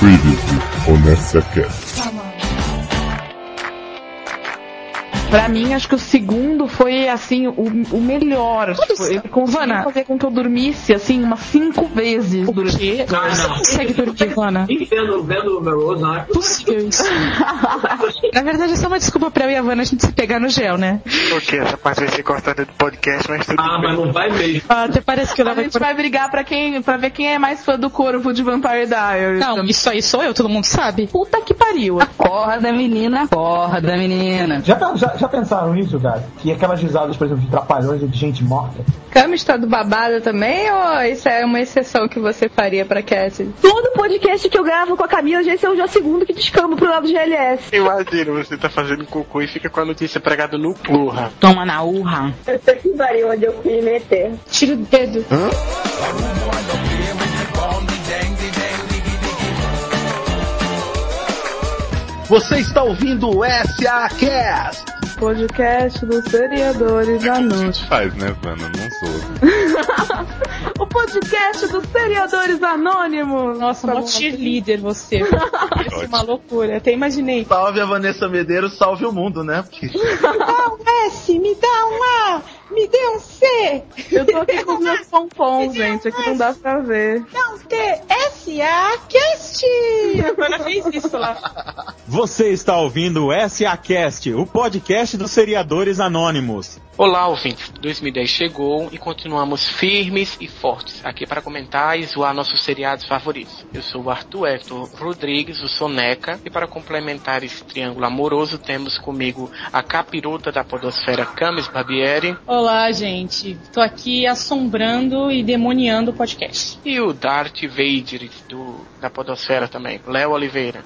Previously on SCast. Pra mim, acho que o segundo foi, assim, o, o melhor. Tipo, ele conseguiu Vana. fazer com que eu dormisse, assim, umas cinco vezes durante... quê? Ah, não. Segue por aqui, Vana. E vendo, vendo o né? Melrose na hora. Possível isso. Na verdade, é só uma desculpa pra eu e a Vana a gente se pegar no gel, né? Ok, essa parte vai ser cortada do podcast, mas tudo Ah, bem. mas não vai mesmo. Ah, Até parece que eu A levei gente por... vai brigar pra, quem, pra ver quem é mais fã do Corvo de Vampire Ah, Diaries. Não, isso aí sou eu, todo mundo sabe. Puta que pariu. Acorda, menina, acorda, menina. Já, pen- já, já pensaram nisso, cara? Que aquelas risadas, por exemplo, de trapalhões e de gente morta? Cama está do babado também ou isso é uma exceção que você faria pra Cassie? Todo podcast que eu gravo com a Camila, já esse é o já segundo que descamba pro lado do GLS. Imagina, você tá fazendo cocô e fica com a notícia pregada no plurra. Toma na urra. Puta que pariu, onde eu fui me meter. Tira o dedo. Você está ouvindo o SACast! Podcast dos seriadores da A noite. gente faz, né, Vana? Não sou. O podcast dos seriadores anônimos. Nossa, mó cheerleader você. Parece uma loucura, eu até imaginei. Salve a Vanessa Medeiros, salve o mundo, né? Porque S, me dá um A, me dê um C, Eu tô aqui com os meus pompons, gente. Aqui não dá pra ver. dá um T, S, A, cast! Agora fez isso lá. Você está ouvindo o SACast, o podcast dos seriadores anônimos. Olá, ouvintes. 2010 chegou e continuamos firmes e fortes aqui para comentar e zoar nossos seriados favoritos. Eu sou o Arthur Hector Rodrigues, o Soneca, e para complementar esse triângulo amoroso temos comigo a capiruta da podosfera Camis Barbieri Olá, gente. Tô aqui assombrando e demoniando o podcast. e o Darth Vader do, da podosfera também, Léo Oliveira.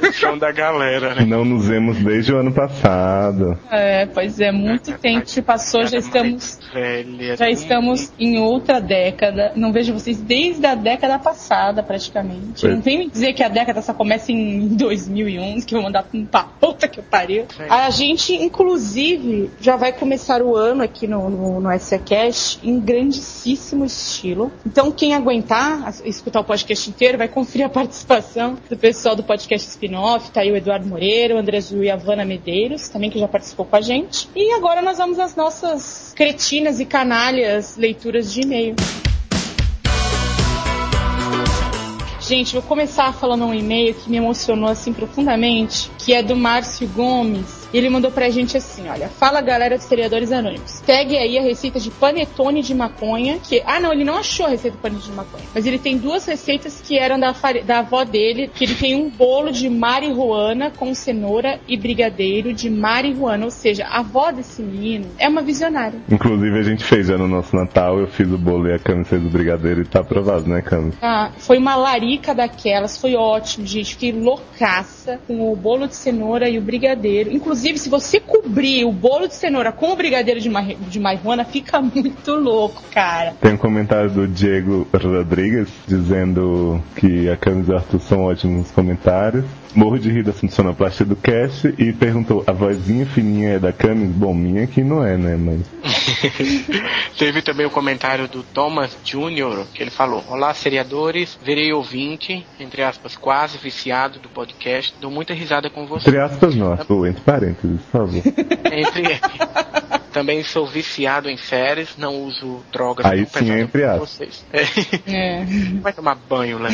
o chão da galera, né? Não nos vemos desde o ano passado. É, pois é, muito tempo que passou, já estamos, Velha, já estamos em outra década. Não vejo vocês desde a década passada, praticamente. Pois. Não vem me dizer que a década só começa em 2011, que eu vou mandar pra puta que eu pariu. Sim. A gente, inclusive, já vai começar o ano aqui no, no, no SCast em grandíssimo estilo. Então, quem aguentar as- escutar o podcast inteiro vai conferir a participação do pessoal do podcast spin-off. Tá aí o Eduardo Moreira, o André Ju e a Vana Medeiros, também que já participou com a gente. E agora nós vamos às nossas cretinas e canalhas leituras de e-mail. Gente, vou começar falando um e-mail que me emocionou assim profundamente, que é do Márcio Gomes. Ele mandou pra gente assim, olha, fala galera dos seriadores anônimos. Pegue aí a receita de panetone de maconha, que ah não, ele não achou a receita do panetone de maconha, mas ele tem duas receitas que eram da, fare- da avó dele, que ele tem um bolo de marihuana com cenoura e brigadeiro de marihuana, ou seja, a avó desse menino é uma visionária. Inclusive, a gente fez já no nosso Natal. Eu fiz o bolo e a Camis fez o brigadeiro e tá aprovado, né, Camis? Ah, foi uma larica daquelas, foi ótimo, gente. Fiquei loucaça com o bolo de cenoura e o brigadeiro. Inclusive, se você cobrir o bolo de cenoura com o brigadeiro de, mar... de marihuana, fica muito louco, cara. Tem um comentário do Diego Rodrigues dizendo que a Camis e o Arthur são ótimos nos comentários. Morro de rir da funcionoplastia do cast e perguntou: a vozinha fininha é da Camis? Bom, minha que não é, né, mas. Teve também o comentário do Thomas Jr., que ele falou: Olá, seriadores, virei ouvinte, entre aspas, quase viciado do podcast, dou muita risada com vocês. Entre aspas, não, Arthur, entre parênteses, por favor. Entre- Também sou viciado em séries, não uso drogas. Aí não, sim, apesar de entre eu- aspas. vocês. É. É. Vai tomar banho, Léo.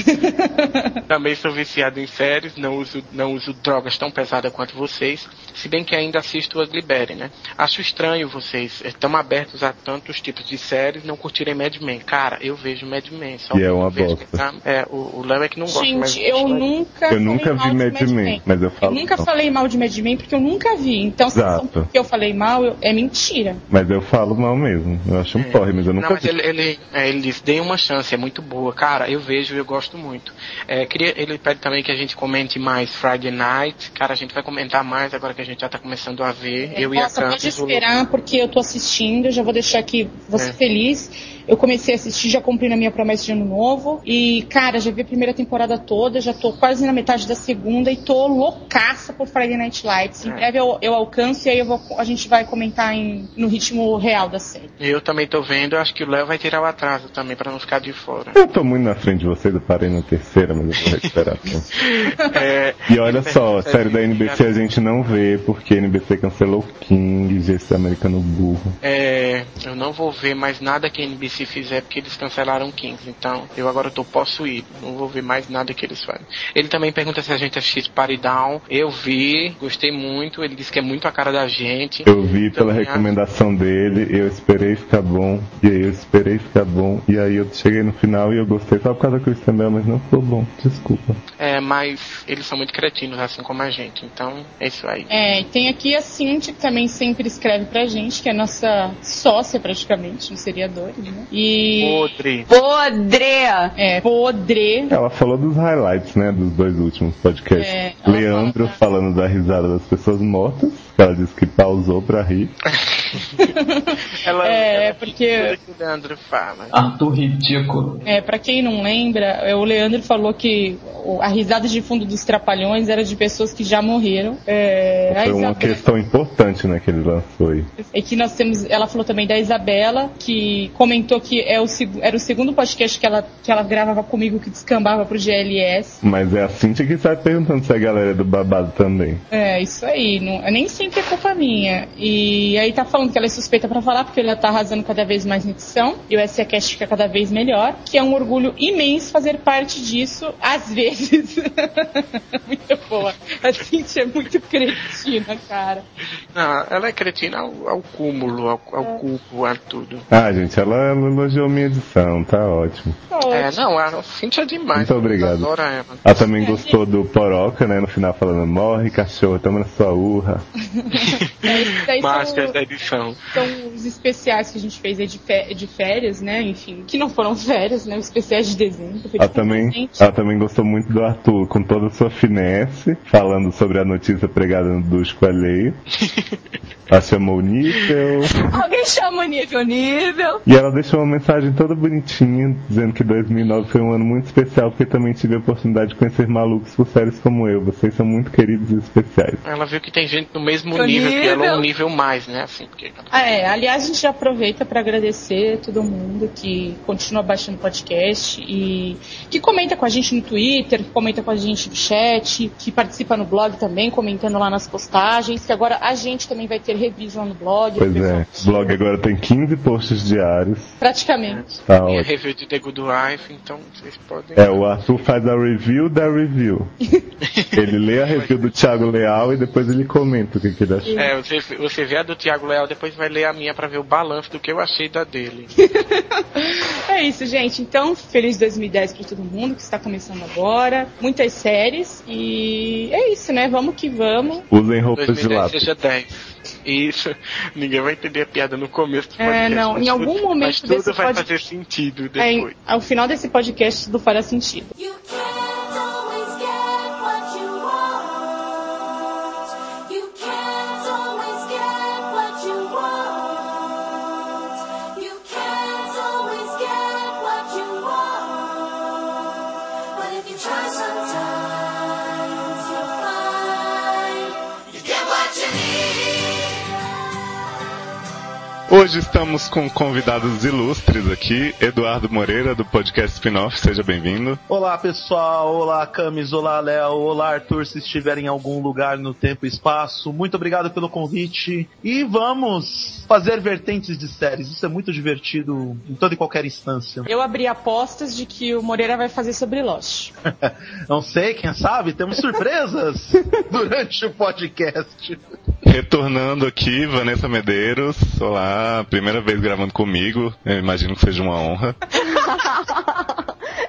Também sou viciado em séries, não uso, não uso drogas tão pesadas quanto vocês, se bem que ainda assisto as liberem, né? Acho estranho vocês eh, tão abertos a tantos tipos de séries não curtirem Mad Men. Cara, eu vejo Mad Men, só E é eu uma vejo bosta. que tá- é, o, o Léo é que não gosta, mas Gente, eu nunca. Eu falei nunca mal vi de Mad Men, mas eu Eu falo. nunca não. falei mal de Mad Men porque eu nunca vi. Então, se Exato. são que eu falei mal, eu- é mentira. Mas eu falo mal mesmo. Eu acho um porre, mas eu nunca É. Não, mas vi. ele, ele, é, ele diz, dê uma chance, é muito boa. Cara, eu vejo e eu gosto muito. É, queria, ele pede também que a gente comente mais Friday Night. Cara, a gente vai comentar mais agora que a gente já tá começando a ver. eu e a Nossa, pode Campos. o Lu- esperar, porque eu tô assistindo, eu já vou deixar aqui você É. feliz. Eu comecei a assistir, já cumpri na minha promessa de ano novo. E, cara, já vi a primeira temporada toda, já tô quase na metade da segunda e tô loucaça por Friday Night Lights. Em É. breve eu, eu alcanço e aí eu vou- a gente vai comentar em no, no ritmo real da série. Eu também tô vendo, acho que o Léo vai tirar o atraso também pra não ficar de fora. Eu tô muito na frente de vocês, eu parei na terceira, mas eu vou recuperar. tempo. É, E olha só, a série da NBC a gente não vê, porque a NBC cancelou King, esse americano burro. é, eu não vou ver mais nada que a NBC fizer porque eles cancelaram Kings, então eu agora tô possuído, não vou ver mais nada que eles fazem. Ele também pergunta se a gente assiste Party Down, eu vi, gostei muito, ele disse que é muito a cara da gente. Eu vi pela Também acho- recomendação dele, eu esperei ficar bom, e aí eu esperei ficar bom, e aí eu cheguei no final e eu gostei só por causa da Christian Bell, mas não ficou bom, desculpa. É, mas eles são muito cretinos, assim como a gente. Então, é isso aí. É, e tem aqui a Cinti, que também sempre escreve pra gente, que é nossa sócia praticamente, no Seriadores, né? E... Podre. Podre! É, podre. Ela falou dos highlights, né, dos dois últimos podcasts. É, ela Leandro falando da risada das pessoas mortas, que ela disse que pausou pra rir. Ela, é, porque... O Leandro fala. Arthur ridículo. É, pra quem não lembra, é, o Leandro falou que o- a risada de fundo dos trapalhões era de pessoas que já morreram. É, a Foi uma Isabela- questão importante, né, que ele lançou aí. E que nós temos, ela falou também da Isabela, que comentou que é o, seg- era o segundo podcast que ela, que ela gravava comigo que descambava pro GLS. Mas é a Cintia que sai perguntando se a galera é do babado também. É, isso aí, não, nem sempre é culpa minha. E aí tá falando que ela é suspeita pra falar, porque ela tá arrasando cada vez mais na edição, e o SCast fica cada vez melhor, que é um orgulho imenso fazer parte disso, às vezes. muito boa. A gente é muito cretina, cara. Não, ela é cretina ao, ao cúmulo, ao, ao cubo, a tudo. Ah, gente, ela, ela elogiou minha edição, tá ótimo. É, não, a Cintia é demais. Muito obrigado. Adora ela. Ela também gostou do Poroca, né? No final falando, morre cachorro, tamo na sua urra. Isso daí são- Máscaras né? da edição. São os especiais que a gente fez aí de, fé- de férias, né? Enfim, que não foram férias, né? Os especiais de dezembro. tipo, Ela Ah, também, ela também gostou muito do Arthur, com toda a sua finesse, falando sobre a notícia pregada no Dusco alheio. Ela chamou o nível. Alguém chama o nível, nível. E ela deixou uma mensagem toda bonitinha, dizendo que 2009 foi um ano muito especial, porque também tive a oportunidade de conhecer malucos por séries como eu. Vocês são muito queridos e especiais. Ela viu que tem gente no mesmo Que nível, que ela é nível. um nível mais, né? Assim, porque Ah, é, aliás, a gente já aproveita para agradecer todo mundo que continua baixando o podcast e que comenta com a gente no Twitter, que comenta com a gente no chat, que participa no blog também, comentando lá nas postagens, que agora a gente também vai ter review lá no blog. Pois é, o blog agora tem 15 posts diários. Praticamente. Tá tem a ótimo. review de The Good Wife, então vocês podem. É, o Arthur faz a review da review. Ele lê a review do Thiago Leal e depois ele comenta o que, que ele achou. É, você, você vê a do Thiago Leal, depois vai ler a minha pra ver o balanço do que eu achei da dele. É isso, gente. Então, feliz 2010 para todo mundo que está começando agora. Muitas séries e é isso, né? Vamos que vamos. Usem roupas de 2010 lápis. seja 10. Isso, ninguém vai entender a piada no começo do É, podcast, não, mas em algum tudo- momento mas tudo desse vai pod- fazer sentido É, depois. em- ao final desse podcast, tudo fará sentido. Sometimes you'll find you get what you need. Hoje estamos com convidados ilustres aqui. Eduardo Moreira, do podcast Spin-Off, seja bem-vindo. Olá pessoal, olá Camis, olá Léo, olá Arthur, se estiver em algum lugar no tempo e espaço, muito obrigado pelo convite e vamos fazer vertentes de séries, isso é muito divertido em toda e qualquer instância. Eu abri apostas de que o Moreira vai fazer sobre Lost. Não sei, quem sabe, temos surpresas durante o podcast. Retornando aqui, Vanessa Medeiros. Olá, primeira vez gravando comigo. Eu imagino que seja uma honra.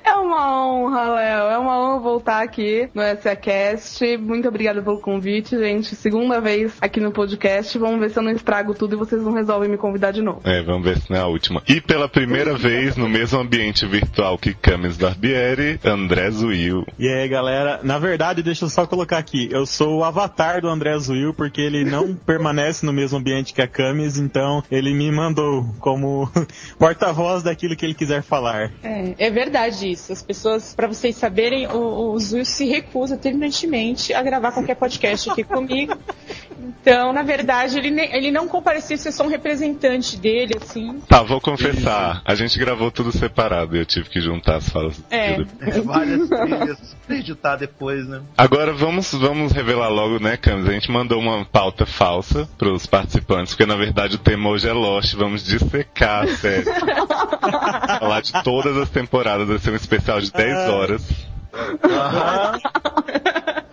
É uma honra, Léo. É uma honra voltar aqui no SACast. Muito obrigada pelo convite, gente. Segunda vez aqui no podcast. Vamos ver se eu não estrago tudo e vocês não resolvem me convidar de novo. É, vamos ver se não é a última. E pela primeira vez, no mesmo ambiente virtual que Camis Barbieri, André Zuil. E aí, galera, na verdade, deixa eu só colocar aqui, eu sou o avatar do André Zuil, porque ele não permanece no mesmo ambiente que a Camis, então ele me mandou como porta-voz daquilo que ele quiser falar. É, é verdade isso. As pessoas, pra vocês saberem, o, o Zuil se recusa terminantemente a gravar qualquer podcast aqui comigo. Então, na verdade, ele, nem- ele não compareceu, isso é só um representante dele, assim. Tá, vou confessar. A gente gravou tudo separado e eu tive que juntar as falas. É. Várias trilhas pra editar depois, né? Agora vamos, vamos revelar logo, né, Camis? A gente mandou uma pauta falsa pros participantes, porque na verdade o tema hoje é Lost. Vamos dissecar Tá a série. Falar de todas as temporadas, vai ser um especial de 10 horas.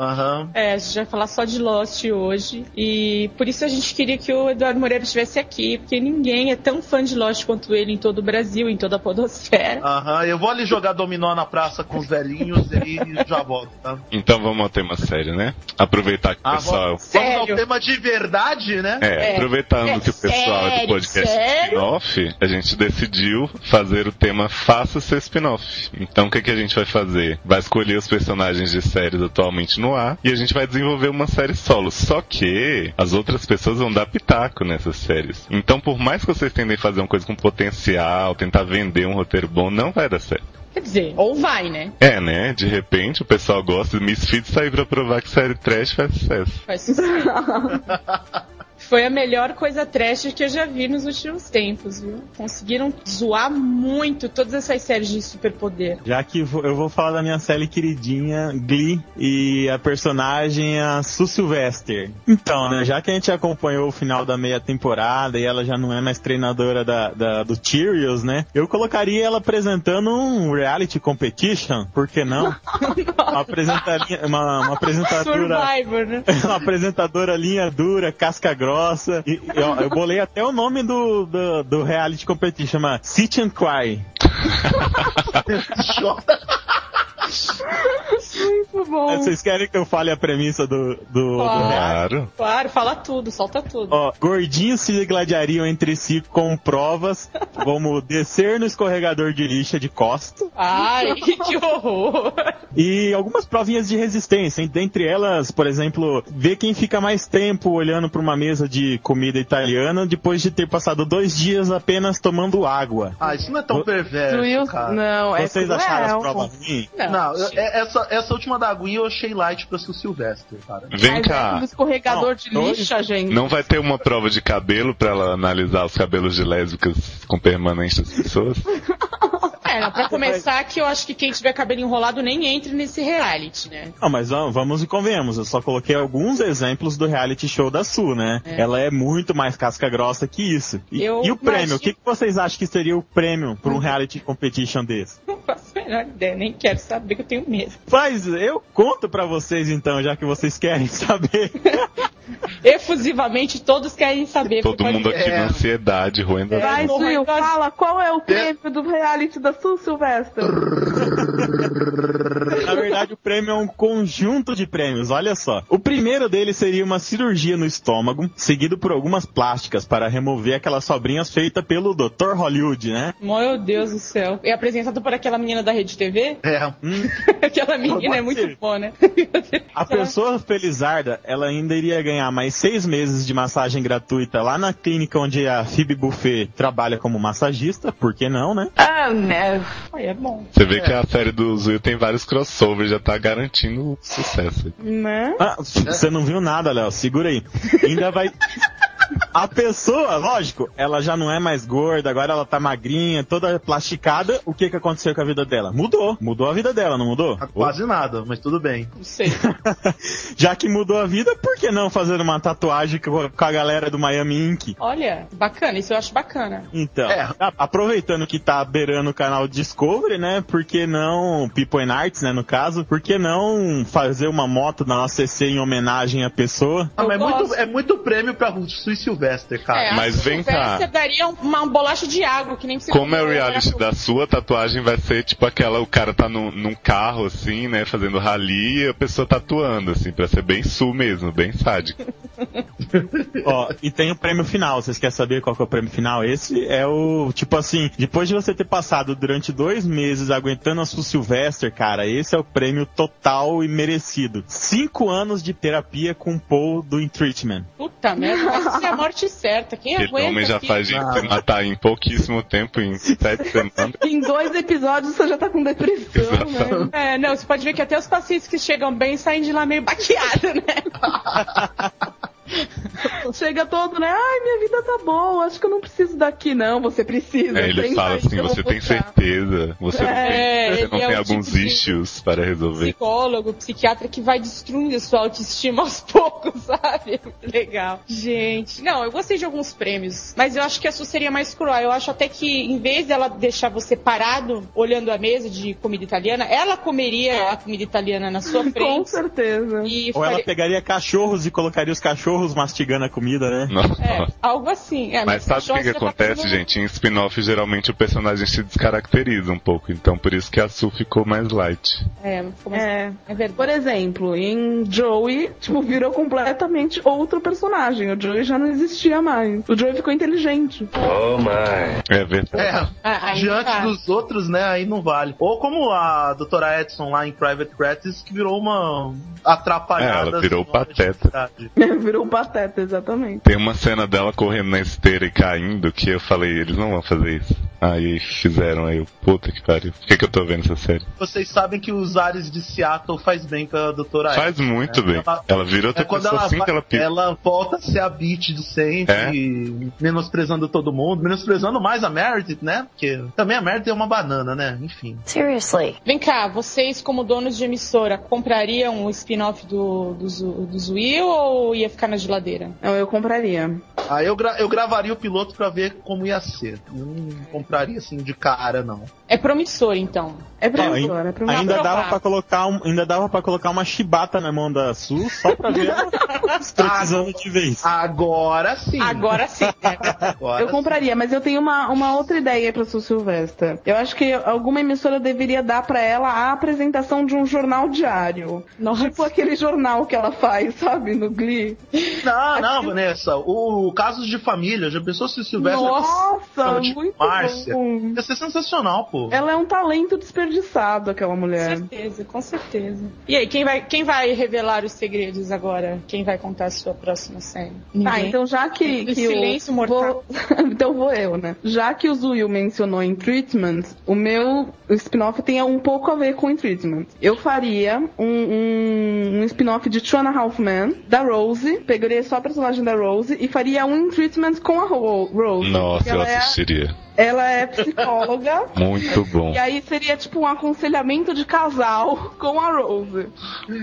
Aham. É, a gente vai falar só de Lost hoje. E por isso a gente queria que o Eduardo Moreira estivesse aqui, porque ninguém é tão fã de Lost quanto ele em todo o Brasil, em toda a Podosfera. Aham, eu vou ali jogar dominó na praça com os velhinhos e já volto, tá? Então vamos ao tema sério, né? Aproveitar que o Ah, pessoal. vamos, vamos ao tema de verdade, né? É, aproveitando que o pessoal é do sério, podcast sério? spin-off, a gente decidiu fazer o tema Faça seu spin-off. Então o que, que a gente vai fazer? Vai escolher os personagens de séries atualmente no ar e a gente vai desenvolver uma série solo. Só que as outras pessoas vão dar pitaco nessas séries. Então, por mais que vocês tentem fazer uma coisa com potencial, tentar vender um roteiro bom, não vai dar certo. Quer dizer, ou vai, né? É, né? De repente o pessoal gosta de Misfits sair pra provar que série trash faz sucesso. Faz sucesso. Foi a melhor coisa trash que eu já vi nos últimos tempos, viu? Conseguiram zoar muito todas essas séries de superpoder. Já que vo- eu vou falar da minha série queridinha, Glee, e a personagem é a Sue Sylvester. Então, né, já que a gente acompanhou o final da meia temporada e ela já não é mais treinadora da, da- do Cheerios, né, eu colocaria ela apresentando um reality competition, por que não? uma, apresentaria- uma, uma apresentadora... Survivor, né? Uma apresentadora linha dura, casca grossa. E, e, ó, eu bolei até o nome do, do, do reality competition, chama Sit and Cry. Muito bom. É, Vocês querem que eu fale a premissa do, do, do Claro. reality? Claro, fala tudo, solta tudo. Ó, gordinhos se gladiariam entre si com provas como descer no escorregador de lixa de costa Ai, que horror. e algumas provinhas de resistência. hein? Dentre elas, por exemplo, ver quem fica mais tempo olhando para uma mesa de comida italiana depois de ter passado dois dias apenas tomando água. Ah, isso não é tão perverso, cara. Vocês acharam as provas ruins? Não, eu- é- essa, essa última da aguinha eu achei light pra Sue Sylvester, cara. Vem Mas cá. é um escorregador de lixa, gente. Não vai ter uma prova de cabelo pra ela analisar os cabelos de lésbicas com permanência das pessoas? É, não, pra começar, que eu acho que quem tiver cabelo enrolado nem entre nesse reality, né? Não, Ah, mas vamos, vamos e convenhamos. Eu só coloquei alguns exemplos do reality show da Su, né? É. Ela é muito mais casca grossa que isso. E, Eu e o prêmio? imagino- Hum. O que, que vocês acham que seria o prêmio pra um reality competition desse? Não faço a menor ideia, né? nem quero saber que eu tenho medo. Mas eu conto pra vocês então, já que vocês querem saber. Efusivamente, todos querem saber. Todo porque mundo pode- aqui na ansiedade, É. roendo as Vai, mãos. Will, fala qual é o prêmio do reality da Sul Silvestre. Na verdade, o prêmio é um conjunto de prêmios, olha só. O primeiro deles seria uma cirurgia no estômago, seguido por algumas plásticas para remover aquelas sobrinhas feitas pelo Dr. Hollywood, né? Meu Deus do céu. E apresentado por aquela menina da Rede TV? É. Hum. aquela menina é muito boa, né? A pessoa felizarda, ela ainda iria ganhar mais seis meses de massagem gratuita lá na clínica onde a Phoebe Buffet trabalha como massagista, por que não, né? Oh, não. Aí é bom. Você vê que a série do Zuil tem vários crossovers, já tá garantindo sucesso. Né? Ah, você não viu nada, Léo, segura aí. Ainda vai... A pessoa, lógico, ela já não é mais gorda, agora ela tá magrinha, toda plasticada. O que que aconteceu com a vida dela? Mudou. Mudou a vida dela, não mudou? Tá Quase nada, mas tudo bem. Não sei. Já que mudou a vida, por que não fazer uma tatuagem com a- com a galera do Miami Ink? Olha, bacana, isso eu acho bacana. Então, É. a- aproveitando que tá beirando o canal Discovery, né? Por que não, People and Arts, né, no caso, por que não fazer uma moto na ACC em homenagem à pessoa? Ah, mas é muito, é muito prêmio pra Sue Sylvester, Ah, cara. É, acho que o Você daria um, uma bolacha de água, que nem precisa. Como é o reality da sua, a tatuagem vai ser tipo aquela, o cara tá num, num carro assim, né, fazendo rally e a pessoa tatuando, assim, pra ser bem sul mesmo, bem sádico. Ó, e tem o prêmio final. Vocês querem saber qual que é o prêmio final? Esse é o, tipo assim, depois de você ter passado durante dois meses aguentando a sua Sylvester, cara, esse é o prêmio total e merecido. Cinco anos de terapia com Paul do In Treatment. Puta merda, essa é a morte certa. Quem Aquele aguenta? homem já aqui? faz gente se matar em pouquíssimo tempo, em sete semanas. Em dois episódios você já tá com depressão, né? É, não, você pode ver que até os pacientes que chegam bem saem de lá meio baqueado, né? Chega todo, né? Ai, minha vida tá boa, acho que eu não preciso daqui, não. Você precisa. É, ele tem fala mais assim, que eu você vou tem buscar." certeza, você não É, tem, você ele não é tem o alguns tipo de- issues para resolver. psicólogo, psiquiatra que vai destruindo a sua autoestima aos poucos, sabe? É Legal. Gente, não, eu gostei de alguns prêmios, mas eu acho que a sua seria mais cruel. Eu acho até que em vez dela deixar você parado olhando a mesa de comida italiana, ela comeria a comida italiana na sua frente. Com certeza. E Ou ela faria- pegaria cachorros e colocaria os cachorros mastigando a comida, né? É, algo assim. É, Mas sabe o cachorro que, que já tá acontece, fazendo- gente? Em spin-off, geralmente o personagem se descaracteriza um pouco, então por isso que a Su ficou mais light. É, é, Por exemplo, em Joey, tipo, virou completamente outro personagem. O Joey já não existia mais. O Joey ficou inteligente. Oh my. É verdade. Ah, É, diante tá. dos outros, né, aí não vale. Ou como a doutora Edson lá em Private Practice, que virou uma É, atrapalhada. ela virou senhora de pateta. idade. É, virou um pateta, exatamente. Tem uma cena dela correndo na esteira e caindo que eu falei, eles não vão fazer isso. Aí fizeram aí, eu, puta que pariu. Por que, que eu tô vendo essa série? Vocês sabem que os ares de Seattle faz bem pra doutora Edson. né? Faz muito bem. Ela, Ela virou outra é quando pessoa ela, assim vai- que ela pica. ela volta a ser a beat de sempre, É? e menosprezando todo mundo, menosprezando mais a Meredith, né? Porque também a Meredith é uma banana, né? Enfim. Seriously. Vem cá, vocês como donos de emissora comprariam o spin-off do, do, Zu- do Zuil ou ia ficar na geladeira? Não, eu compraria. Aí eu, gra- eu gravaria o piloto pra ver como ia ser. Eu não compraria assim de cara, não. É promissor, então. É Ó, ain- um ainda, dava pra colocar um, ainda dava pra colocar uma chibata na mão da Su só pra ver ela estrotizando de vez. Agora sim. Agora sim. né? eu compraria, mas eu tenho uma, uma outra ideia pra Su Silvestre. Eu acho que alguma emissora deveria dar pra ela a apresentação de um jornal diário. Tipo aquele jornal que ela faz, sabe, no Glee. Não, não, Vanessa. O Casos de Família, já pensou se o Silvestre Nossa, de muito Márcia? bom. Ia ser sensacional, pô. Ela é um talento desperdiçado, aquela mulher. Com certeza, com certeza. E aí, quem vai, quem vai revelar os segredos agora? Quem vai contar a sua próxima série? Tá, Ninguém. então já que, Aquele que o- Uhum. silêncio mortal. vou- então vou eu, né? Já que o Zuil mencionou em Treatment, o meu spin-off tem um pouco a ver com em Treatment. Eu faria um, um, um spin-off de Two and a Half Men, da Rose, pegaria só a personagem da Rose e faria um em Treatment com a Ro- Rose. Nossa, porque eu ela, é, assistiria. ela é psicóloga. Muito bom. E aí seria tipo um aconselhamento de casal com a Rose.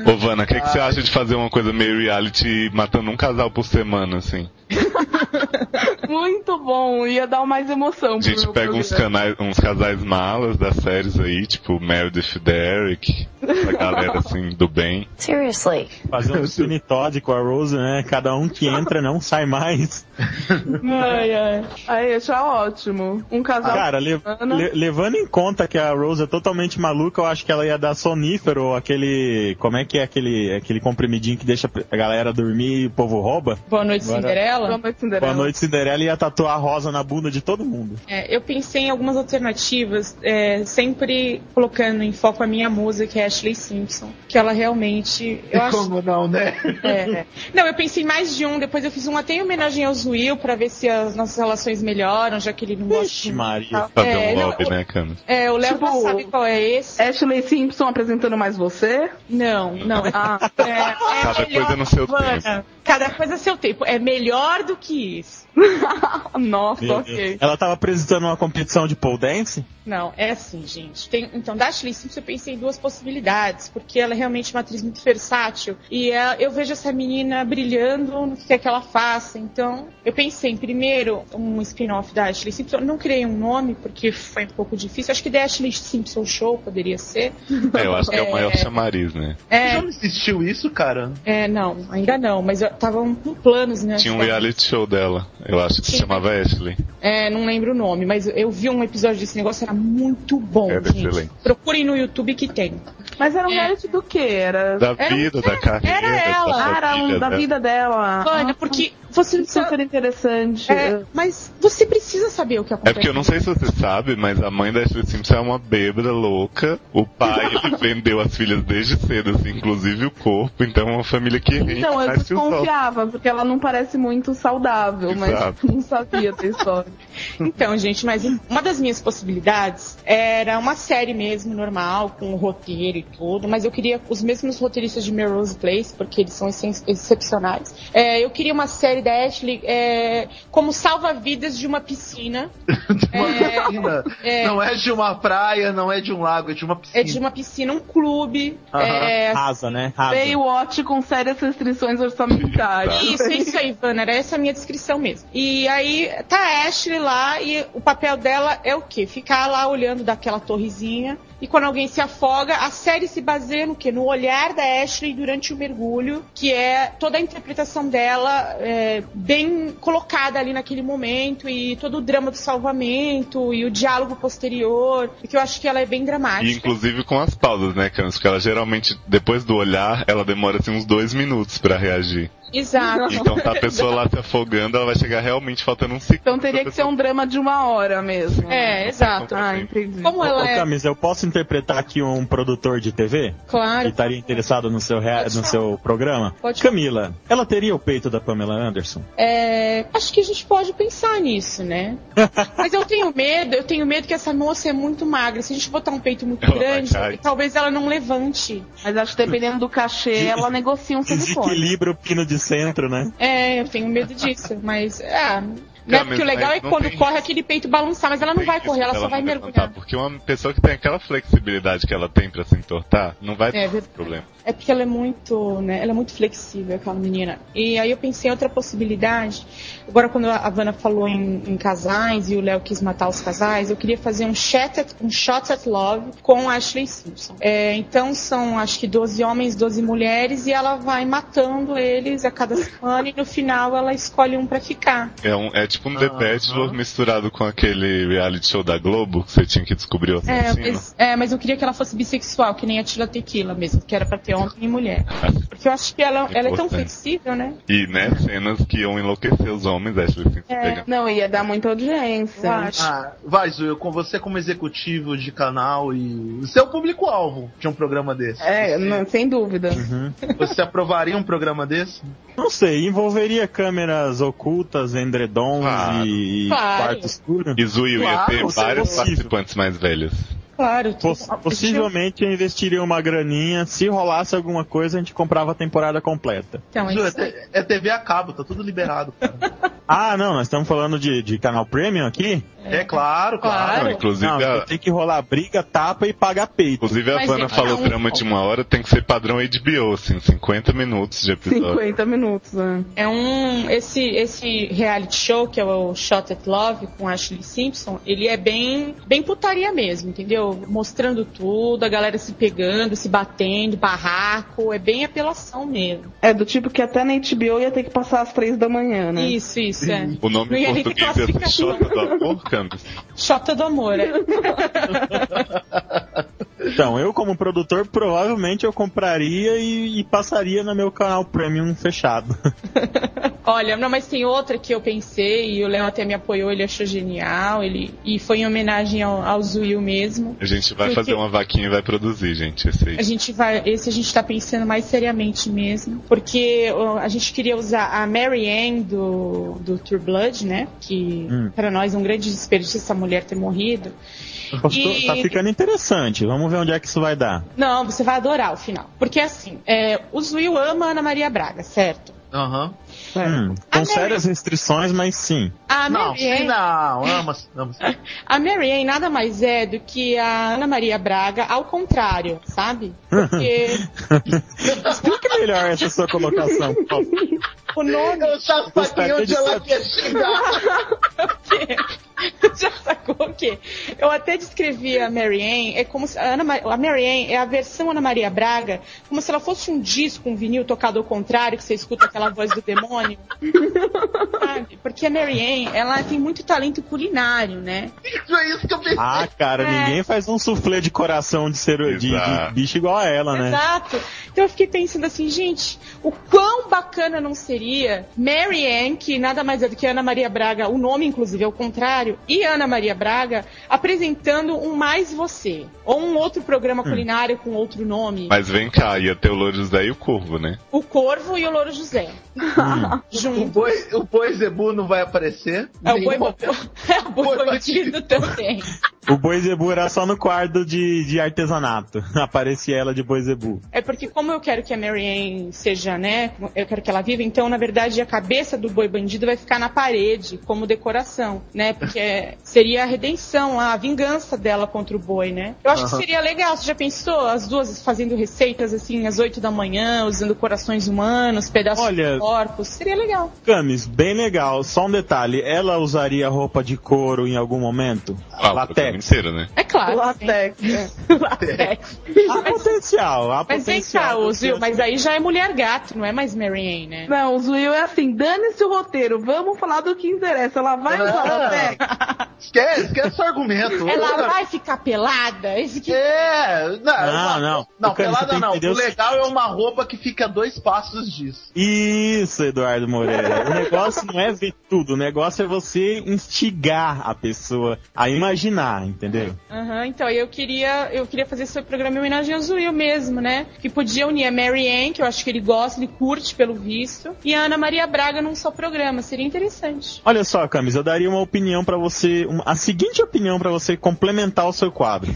Ô, Vanna, o que, que você acha de fazer uma coisa meio reality matando um casal por semana, assim? Muito bom, ia dar mais emoção. A pro gente meu pega uns, programa. canais, uns casais malas das séries aí, tipo Meredith Derrick, essa galera assim do bem. Seriously. Fazer um spin Todd com a Rose, né? Cada um que entra não sai mais. Ai, ai. Aí, isso é ótimo. Um casal. Cara, le- le- levando em conta que a Rose é totalmente maluca, eu acho que ela ia dar sonífero, ou aquele. Como é que é aquele, aquele comprimidinho que deixa a galera dormir e o povo rouba? Boa noite, Agora- Cinderela. Boa noite, Boa noite, Cinderela, e ia tatuar a rosa na bunda de todo mundo. É, eu pensei em algumas alternativas, é, sempre colocando em foco a minha musa, que é a Ashley Simpson, que ela realmente. Eu acho, Como não, né? É. Não, eu pensei em mais de um, depois eu fiz um até em homenagem ao Will pra ver se as nossas relações melhoram, já que ele não gosta. Maria. muito. Fazer É, um não, lobby, né, Cana? É, o Léo Tipo, não sabe qual é esse. Ashley Simpson apresentando mais você? Não, não. Ah, É, Cada coisa no seu Vana, tempo. Cada coisa a seu tempo. É melhor do que isso. Nossa, Meu Deus. Ela tava apresentando uma competição de pole dance? Não, é assim, gente. Tem- então, da Ashley Simpson eu pensei em duas possibilidades, porque ela é realmente uma atriz muito versátil e é, eu vejo essa menina brilhando no que quer que ela faça. Então, eu pensei, em, primeiro, um spin-off da Ashley Simpson. Eu não criei um nome porque foi um pouco difícil. Acho que The Ashley Simpson Show poderia ser. É, eu acho que é o maior É. chamariz, né? É. Já não assistiu isso, cara? É, não, ainda não, mas estavam com planos, né? Tinha um reality show dela, eu acho que se chamava Ashley. É, não lembro o nome, mas eu vi um episódio desse negócio, era muito bom, Era gente. É excelente. Procurem no YouTube que tem. É. Mas era um reality do quê? Era. Da vida, da carreira, um era ela. da né? Ah, era família um da dela. vida dela. Ah, tá. Vânia, porque Você é super interessante. É, mas você precisa saber o que acontece. É porque eu não sei se você sabe, mas a mãe da Ashley Simpson é uma bêbada louca. O pai ele vendeu as filhas desde cedo, assim, inclusive o corpo. Então é uma família que ri. Então, eu mais que o sol. desconfiava, porque ela não parece muito saudável, mas Exato. não sabia da história. Então, gente, mas uma das minhas possibilidades era uma série mesmo, normal, com roteiro e tudo, mas eu queria os mesmos roteiristas de Melrose Place, porque eles são ex- excepcionais. É, eu queria uma série da Ashley é, como salva-vidas de uma piscina. piscina. é. Não é de uma praia, não é de um lago, é de uma piscina. É de uma piscina, um clube. Aham. é, Rasa, né? Baywatch com sérias restrições orçamentárias. Isso, é isso aí, Ivana. Era essa a minha descrição mesmo. E aí tá a Ashley lá e o papel dela é o quê? Ficar lá olhando daquela torrezinha. E quando alguém se afoga, a série se baseia no quê? No olhar da Ashley durante o mergulho, que é toda a interpretação dela é, bem colocada ali naquele momento, e todo o drama do salvamento, e o diálogo posterior, porque eu acho que ela é bem E dramática. inclusive com as pausas, né, Camis? Porque ela geralmente, depois do olhar, ela demora assim uns dois minutos pra reagir. Exato. Então tá a pessoa lá se afogando, ela vai chegar realmente faltando um segundo. Então teria que ser um drama de uma hora mesmo. É, exato. Ah, entendi. Como Ô, ela é. Camis, eu posso interpretar aqui um produtor de TV? Claro. Que estaria interessado no seu, rea- no seu programa? Pode Camila, ela teria o peito da Pamela Anderson? É, acho que a gente pode pensar nisso, né? Mas eu tenho medo, eu tenho medo que essa moça é muito magra. Se a gente botar um peito muito Ela vai grande, cair. talvez ela não levante. Mas acho que dependendo do cachê, ela negocia um telefone. Desequilibra o pino de centro, né? É, eu tenho medo disso, mas. Ah, né? mas- Porque o legal mas é não quando tem corre aquele peito balançar, mas ela não vai correr, ela só dela vai não mergulhar. Porque uma pessoa que tem aquela flexibilidade que ela tem pra se entortar, não vai É ter verdade. problema. É porque ela é muito, né? Ela é muito flexível, aquela menina. E aí eu pensei em outra possibilidade. Agora, quando a Vanna falou em, em casais e o Léo quis matar os casais, eu queria fazer um shot at, um shot at love com a Ashley Simpson. É, então são, acho que 12 homens, 12 mulheres e ela vai matando eles a cada semana e no final ela escolhe um pra ficar. É, um, é tipo um The Bachelor misturado com aquele reality show da Globo que você tinha que descobrir o É assassino. mas, é, mas eu queria que ela fosse bissexual, que nem a Tila Tequila mesmo, que era pra ter homem e mulher. Porque eu acho que ela, ela é tão Importante. flexível, né? E, né, cenas que iam enlouquecer os homens, Ashley Simpson pegando. É, Não, ia dar muita audiência. Ah, vai, Zuil, com você como executivo de canal e. Você é o público-alvo de um programa desse. É, não, sem dúvida. Uhum. É. Você aprovaria um programa desse? Não sei, envolveria câmeras ocultas, endredons e, e Claro. quarto escuro. E Zuil ia ter é Claro, se vários possível. participantes mais velhos. Claro. Poss- possivelmente eu investiria uma graninha. Se rolasse alguma coisa, a gente comprava a temporada completa. Então, é Ju, é, isso te- é TV a cabo, tá tudo liberado. Ah, não, nós estamos falando de, de canal premium aqui? É claro, claro. Não, inclusive Não, a- então tem que rolar briga, tapa e pagar peito. Inclusive a Mas, Vanna é gente, falou não- um drama de uma hora tem que ser padrão HBO, assim, 50 minutos de episódio. 50 minutos, né? É um esse esse reality show que é o Shot at Love com Ashley Simpson, ele é bem bem putaria mesmo, entendeu? Mostrando tudo, a galera se pegando, se batendo, barraco, é bem apelação mesmo. É do tipo que até na HBO ia ter que passar às três da manhã, né? Isso, isso é. O nome em Não ia ter português é classificação. Xota do Amor, Campos. Shot do amor, é. Então, eu como produtor, provavelmente eu compraria e, e passaria no meu canal premium fechado. Olha, não, mas tem outra que eu pensei e o Léo até me apoiou, ele achou genial, ele e foi em homenagem ao, ao Zuil mesmo. A gente vai Porque- fazer uma vaquinha e vai produzir, gente, esse aí. A gente vai, esse a gente tá pensando mais seriamente mesmo, porque ó, a gente queria usar a Mary Ann do, do True Blood, né? Que Hum. pra nós é um grande desperdício essa mulher ter morrido. E- Tá ficando interessante. Vamos ver onde é que isso vai dar. Não, você vai adorar o final. Porque assim, é, o Zuil ama a Ana Maria Braga, certo? Aham. Hum, com sérias restrições, mas sim. A Não, Mary Ann- sim, não, ama, ama. A Mary Ann nada mais é do que a Ana Maria Braga ao contrário, sabe? Porque Explica melhor essa sua colocação, por favor. o nome. Eu já Gostaria onde de ela saber. quer chegar. Já sacou? quê? Eu até descrevi a Mary Ann, é como se a, Ana, Ma- a Mary Ann é a versão Ana Maria Braga, como se ela fosse um disco, um vinil tocado ao contrário, que você escuta aquela voz do demônio. Sabe? Porque a Mary Ann, ela tem muito talento culinário, né? Foi isso que eu pensei. Ah, cara, É. ninguém faz um suflê de coração de, ser, de, de bicho igual a ela, né? Exato. Então eu fiquei pensando assim, gente, o quão bacana não seria Mary Ann, que nada mais é do que Ana Maria Braga, o nome inclusive é o contrário, e Ana Maria Braga apresentando um Mais Você, ou um outro programa culinário com outro nome. Mas vem cá, ia ter o Louro José e o Corvo, né? O Corvo e o Louro José. Hum. O boi, o boi Zebu não vai aparecer. É o boi, Nenhum. é o boi bandido também. O Boizebu era só no quarto de, de artesanato. Aparecia ela de Boizebu. É porque como eu quero que a Mary Ann seja, né, eu quero que ela viva, então na verdade a cabeça do boi bandido vai ficar na parede como decoração, né? Porque seria a redenção, a vingança dela contra o boi, né? Eu acho que Aham. seria legal, você já pensou as duas fazendo receitas assim às 8 da manhã, usando corações humanos, pedaços Olha- de corpos, seria legal. Camis, bem legal. Só um detalhe, ela usaria roupa de couro em algum momento? Ah, Latex. Inteiro, né? É claro. Latex. Latex. Há potencial, há Mas vem cá, potencial. ô, Zil, mas aí já é mulher gato, não é mais Mary Ann, né? Não, o Zuil é assim, dane-se o roteiro, vamos falar do que interessa. Ela vai né? usar latex. Esquece, esquece esse argumento. Ela Outra- vai ficar pelada? Esse que... É, não, Não, uma- não. Não, Ô, Camis, você tem pelada que não. entender O o legal é uma roupa que fica a dois passos disso. Isso, Eduardo Moreira. O negócio não é ver tudo, o negócio é você instigar a pessoa a imaginar, entendeu? Aham, então eu queria, eu queria fazer esse programa em homenagem ao Zuil mesmo, né? Que podia unir a Mary Ann, que eu acho que ele gosta, ele curte pelo visto, e a Ana Maria Braga num só programa, seria interessante. Olha só, Camis, eu daria uma opinião pra você, uma- a seguinte opinião pra você complementar o seu quadro.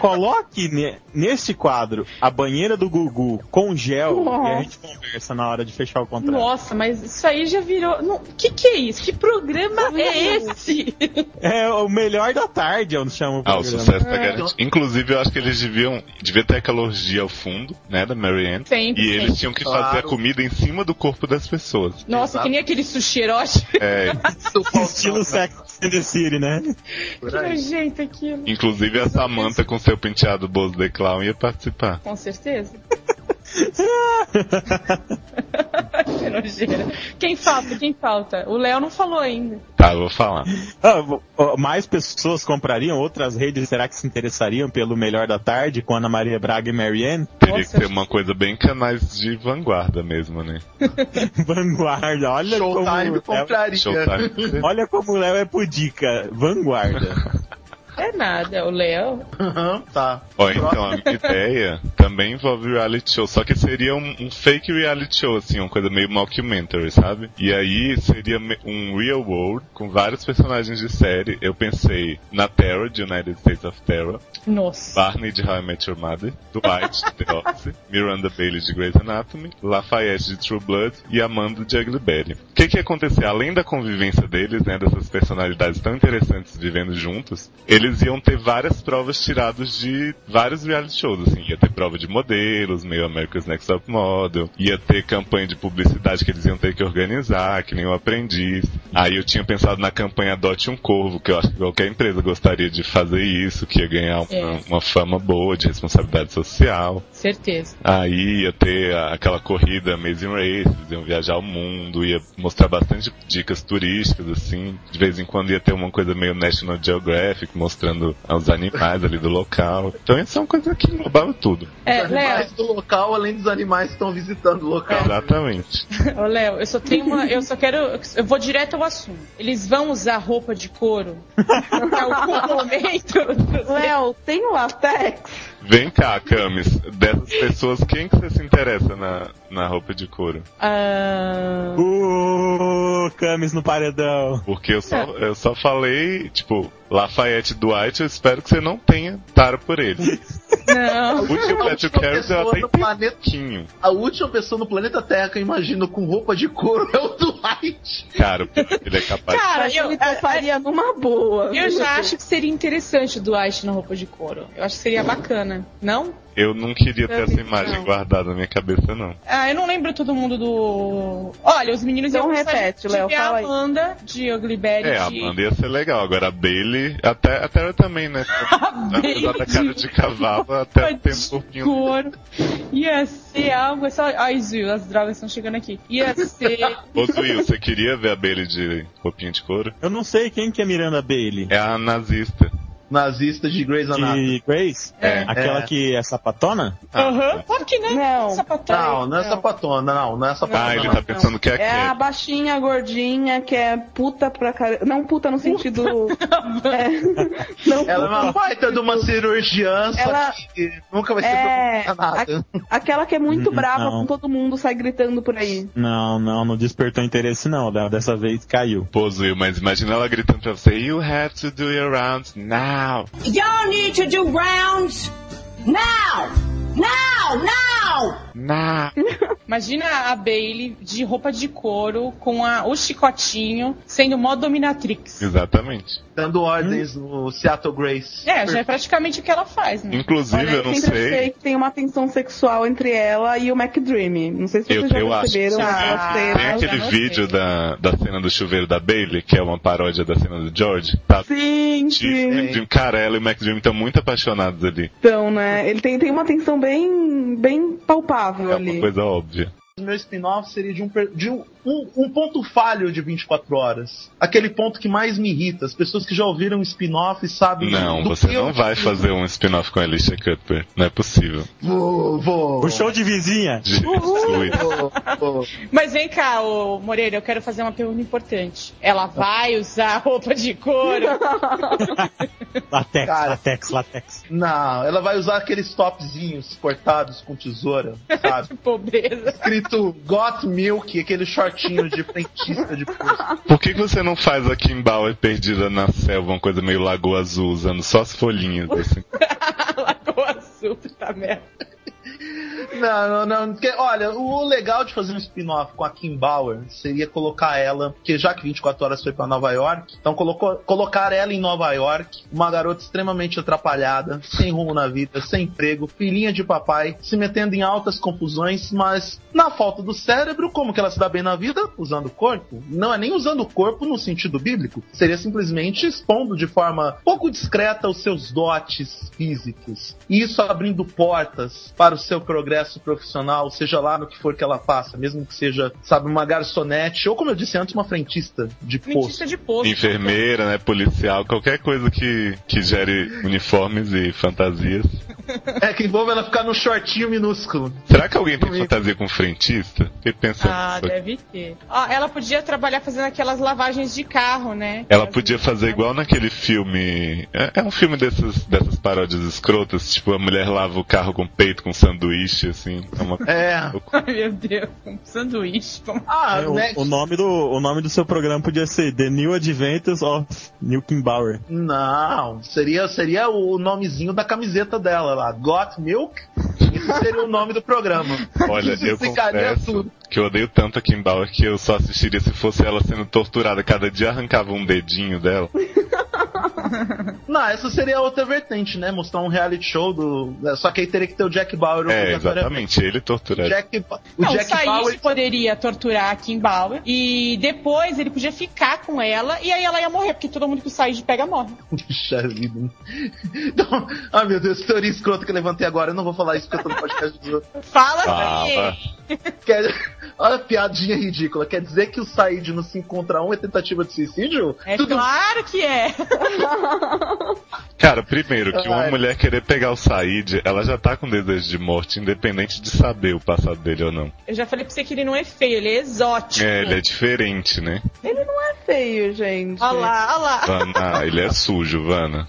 Coloque ne, neste quadro a banheira do Gugu com gel e a gente conversa na hora de fechar o contrato. Nossa, mas isso aí já virou. não, que que é isso? Que programa é esse? É o melhor da tarde, eu chamo. é Ah, o programa. sucesso tá garantido. Inclusive, eu acho que eles deviam. Devia ter aquela orgia ao fundo, né, da Marianne. Sempre, E sempre. eles tinham que Claro. fazer a comida em cima do corpo das pessoas. Nossa, que nem aquele sushi erótico. É, Estilo Sex and the City, né? Que nojento aquilo. inclusive a Samantha com seu penteado Bozo de Clown ia participar. Com certeza. que nojeira. Quem falta? Quem falta? O Léo não falou ainda. Tá, eu vou falar. Ah, vo- ó, mais pessoas comprariam, outras redes será que se interessariam pelo melhor da tarde com Ana Maria Braga e Marianne? Teria que ser uma coisa bem canais de vanguarda mesmo, né? Vanguarda, olha Showtime como o Léo- compraria. Showtime. Olha como o Léo é pudica, vanguarda. É nada, o Léo. Aham, tá. Ó, então, a minha ideia também envolve reality show, só que seria um, um fake reality show, assim, uma coisa meio mockumentary, sabe? E aí seria me- um real world com vários personagens de série. Eu pensei na Terra, de United States of Terror, Nossa. Barney de How I Met Your Mother, Dwight de The Office, Miranda Bailey de Grey's Anatomy, Lafayette de True Blood e Amanda de Ugly Betty. O que, que ia acontecer? Além da convivência deles, né, dessas personalidades tão interessantes vivendo juntos, eles iam ter várias provas tiradas de vários reality shows, assim. Ia ter prova de modelos, meio America's Next Top Model, ia ter campanha de publicidade que eles iam ter que organizar, que nem o aprendiz. Aí eu tinha pensado na campanha Adote um Corvo, que eu acho que qualquer empresa gostaria de fazer isso, que ia ganhar uma, É. uma fama boa de responsabilidade social. Certeza. Aí ia ter a- aquela corrida Amazing Races, iam viajar ao mundo, ia mostrar bastante dicas turísticas, assim. De vez em quando ia ter uma coisa meio National Geographic, mostrando os animais ali do local. Então isso é uma coisa que englobava tudo. É, os animais do local, além dos animais que estão visitando o local. Exatamente. Ô, Léo, eu só tenho uma. Eu só quero. Eu vou direto ao assunto. Eles vão usar roupa de couro em algum momento. Léo, tem o latex? Vem cá, Camis, dessas pessoas, quem que você se interessa na, na roupa de couro? Uh, Camis no paredão. Porque eu só, eu só falei, tipo, Lafayette Dwight, eu espero que você não tenha tara por ele. Não. O tio Patrick Harris eu até no planeta, entendi. um a última pessoa no planeta Terra que eu imagino com roupa de couro é o Dwight. Cara, ele é capaz. Cara, Acho eu- é, que ele faria numa boa. Eu já acho que seria interessante o Dwight na roupa de couro. Eu acho que seria bacana. Não? Eu não queria ter Eu essa também imagem não. guardada na minha cabeça, não. Ah, eu não lembro todo mundo do. Olha, os meninos Então gostar repete, de Léo, ver a fala aí. Amanda de Ugly Betty. É, a Amanda ia ser legal. Agora a Bailey, até, até ela também, né? Apesar da cara de cavalo, até tem um corpinho. Couro. Ia ser algo. é Só... Ai, Zil, as drogas estão chegando aqui. Ia ser. Ô, Zuil, você queria ver a Bailey de roupinha de couro? Eu não sei quem que é Miranda Bailey. É a nazista. Nazista de Grey's Anatomy. De Grey's? É. Aquela É. que é sapatona? Aham. Claro que né, não. Não. Ah. Não, não é sapatona, não, não é sapatona. Ah, ele tá pensando que é É a aquele. baixinha, gordinha, que é puta pra caramba. Não puta no sentido. É, não Ela é puta uma no baita de uma cirurgiã, só Ela- que nunca vai ser É, pra nada. Aquela que é muito Hum, Uhum, brava não. com todo mundo, sai gritando por aí. Não, não, não despertou interesse não. Da- Dessa vez caiu. Pô, Zuil, mas imagina ela gritando pra você: You have to do your rounds now. Y'all need to do rounds now! Now! Now! Now! Imagina a Bailey de roupa de couro, com a- o chicotinho, sendo mó dominatrix. Exatamente. Dando ordens no Seattle Grace. É, já é praticamente o que ela faz, né? Inclusive, Olha, eu não sempre sei. achei que tem uma tensão sexual entre ela e o McDreamy. Não sei se Eu- vocês já eu acho. Ah, perceberam aquela cena. Tem aquele vídeo da, da cena do chuveiro da Bailey, que é uma paródia da cena do George. Tá? Sim, Steve, sim. Cara, ela e o Mac Dream estão muito apaixonados ali. Então, né? Ele tem, tem uma tensão bem, bem palpável É uma ali. coisa óbvia. O meu spin-off seria de, um, per- de um, um- um ponto falho de 24 horas. Aquele ponto que mais me irrita. As pessoas que já ouviram spin-off sabem. Não, do você que não eu vai digo. fazer um spin-off com a Alicia Cuthbert. Não é possível. Vou, vou. O Um show de vizinha. Jesus. Mas vem cá, ô Moreira, eu quero fazer uma pergunta importante. Ela vai usar roupa de couro? Latex, latex, latex. Não, ela vai usar aqueles topzinhos cortados com tesoura, sabe? Pobreza. Escrito Got Milk, aquele shortinho de frentista de posto. Por que, que você não faz a Kimball perdida na selva, uma coisa meio lagoa azul, usando só as folhinhas, assim? Azul, puta merda. Não, não, não. porque, olha, o legal de fazer um spin-off com a Kim Bauer seria colocar ela, porque já que 24 horas foi pra Nova York, então colocou, colocar ela em Nova York, uma garota extremamente atrapalhada, sem rumo na vida, sem emprego, filhinha de papai, se metendo em altas confusões, mas na falta do cérebro, como que ela se dá bem na vida? Usando o corpo. Não é nem usando o corpo no sentido bíblico, seria simplesmente expondo de forma pouco discreta os seus dotes físicos. E isso abrindo portas para o seu progresso profissional, seja lá no que for que ela faça, mesmo que seja, sabe, uma garçonete, ou como eu disse antes, uma frentista de posto. Frentista de posto. Enfermeira, né? Policial, qualquer coisa que, que gere uniformes e fantasias. É que envolve ela ficar no shortinho minúsculo. Será que alguém tem fantasia com frentista? Fiquei pensando. Ah, nisso aqui. deve ter. Ah, ela podia trabalhar fazendo aquelas lavagens de carro, né? Ela podia fazer igual naquele filme. É, é um filme dessas, dessas paródias escrotas, tipo, a mulher lava o carro com peito, com sanduíche, assim. É uma... É. Ai, meu Deus, um sanduíche. Como... Ah, É, o, o nome do, o nome do seu programa podia ser The New Adventures of New Kimbauer. Não, seria, seria o nomezinho da camiseta dela lá. Got Milk? Isso seria o nome do programa. Olha, eu Ficaria confesso que eu odeio tanto a Kim Bauer que eu só assistiria se fosse ela sendo torturada. Cada dia arrancava um dedinho dela. Não, essa seria a outra vertente, né? Mostrar um reality show do. né, Só que aí teria que ter o Jack Bauer. É, obrigatoriamente. exatamente, ele torturado. Jack Ba- O Não, o Jack Said Bauer. poderia torturar a Kim Bauer e depois ele podia ficar com ela e aí ela ia morrer, porque todo mundo que o Said pega morre. Puxa vida. Então, ah, meu Deus, que teoria escrota que eu levantei agora. Eu não vou falar isso porque eu tô no podcast dos outros. Fala, Fala. Quer... Olha a piadinha ridícula. Quer dizer que o Said no 5 contra 1 é tentativa de suicídio? É claro que é. Cara, primeiro, que uma Ai. mulher querer pegar o Said, ela já tá com desejo de morte, independente de saber o passado dele ou não. Eu já falei pra você que ele não é feio, ele é exótico. É, ele é diferente, né? Ele não é feio, gente. Olha lá, olha lá. Vana, ele é sujo, Vana.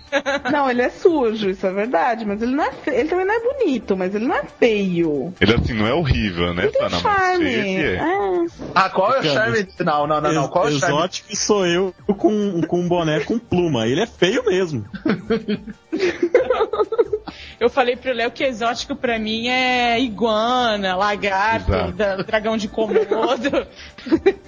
Não, ele é sujo, isso é verdade. Mas ele não é feio. Ele também não é bonito, mas ele não é feio. Ele assim não é horrível, né, Tem Vana? Mas charme. ele é. É. Ah, qual é o charme? Não, não, não, não. Qual é o charme? Exótico sou eu com, com um boné com pluma. Ele é feio mesmo. Eu falei pro Léo que exótico pra mim é iguana, lagarto, Exato. da- dragão de comodo.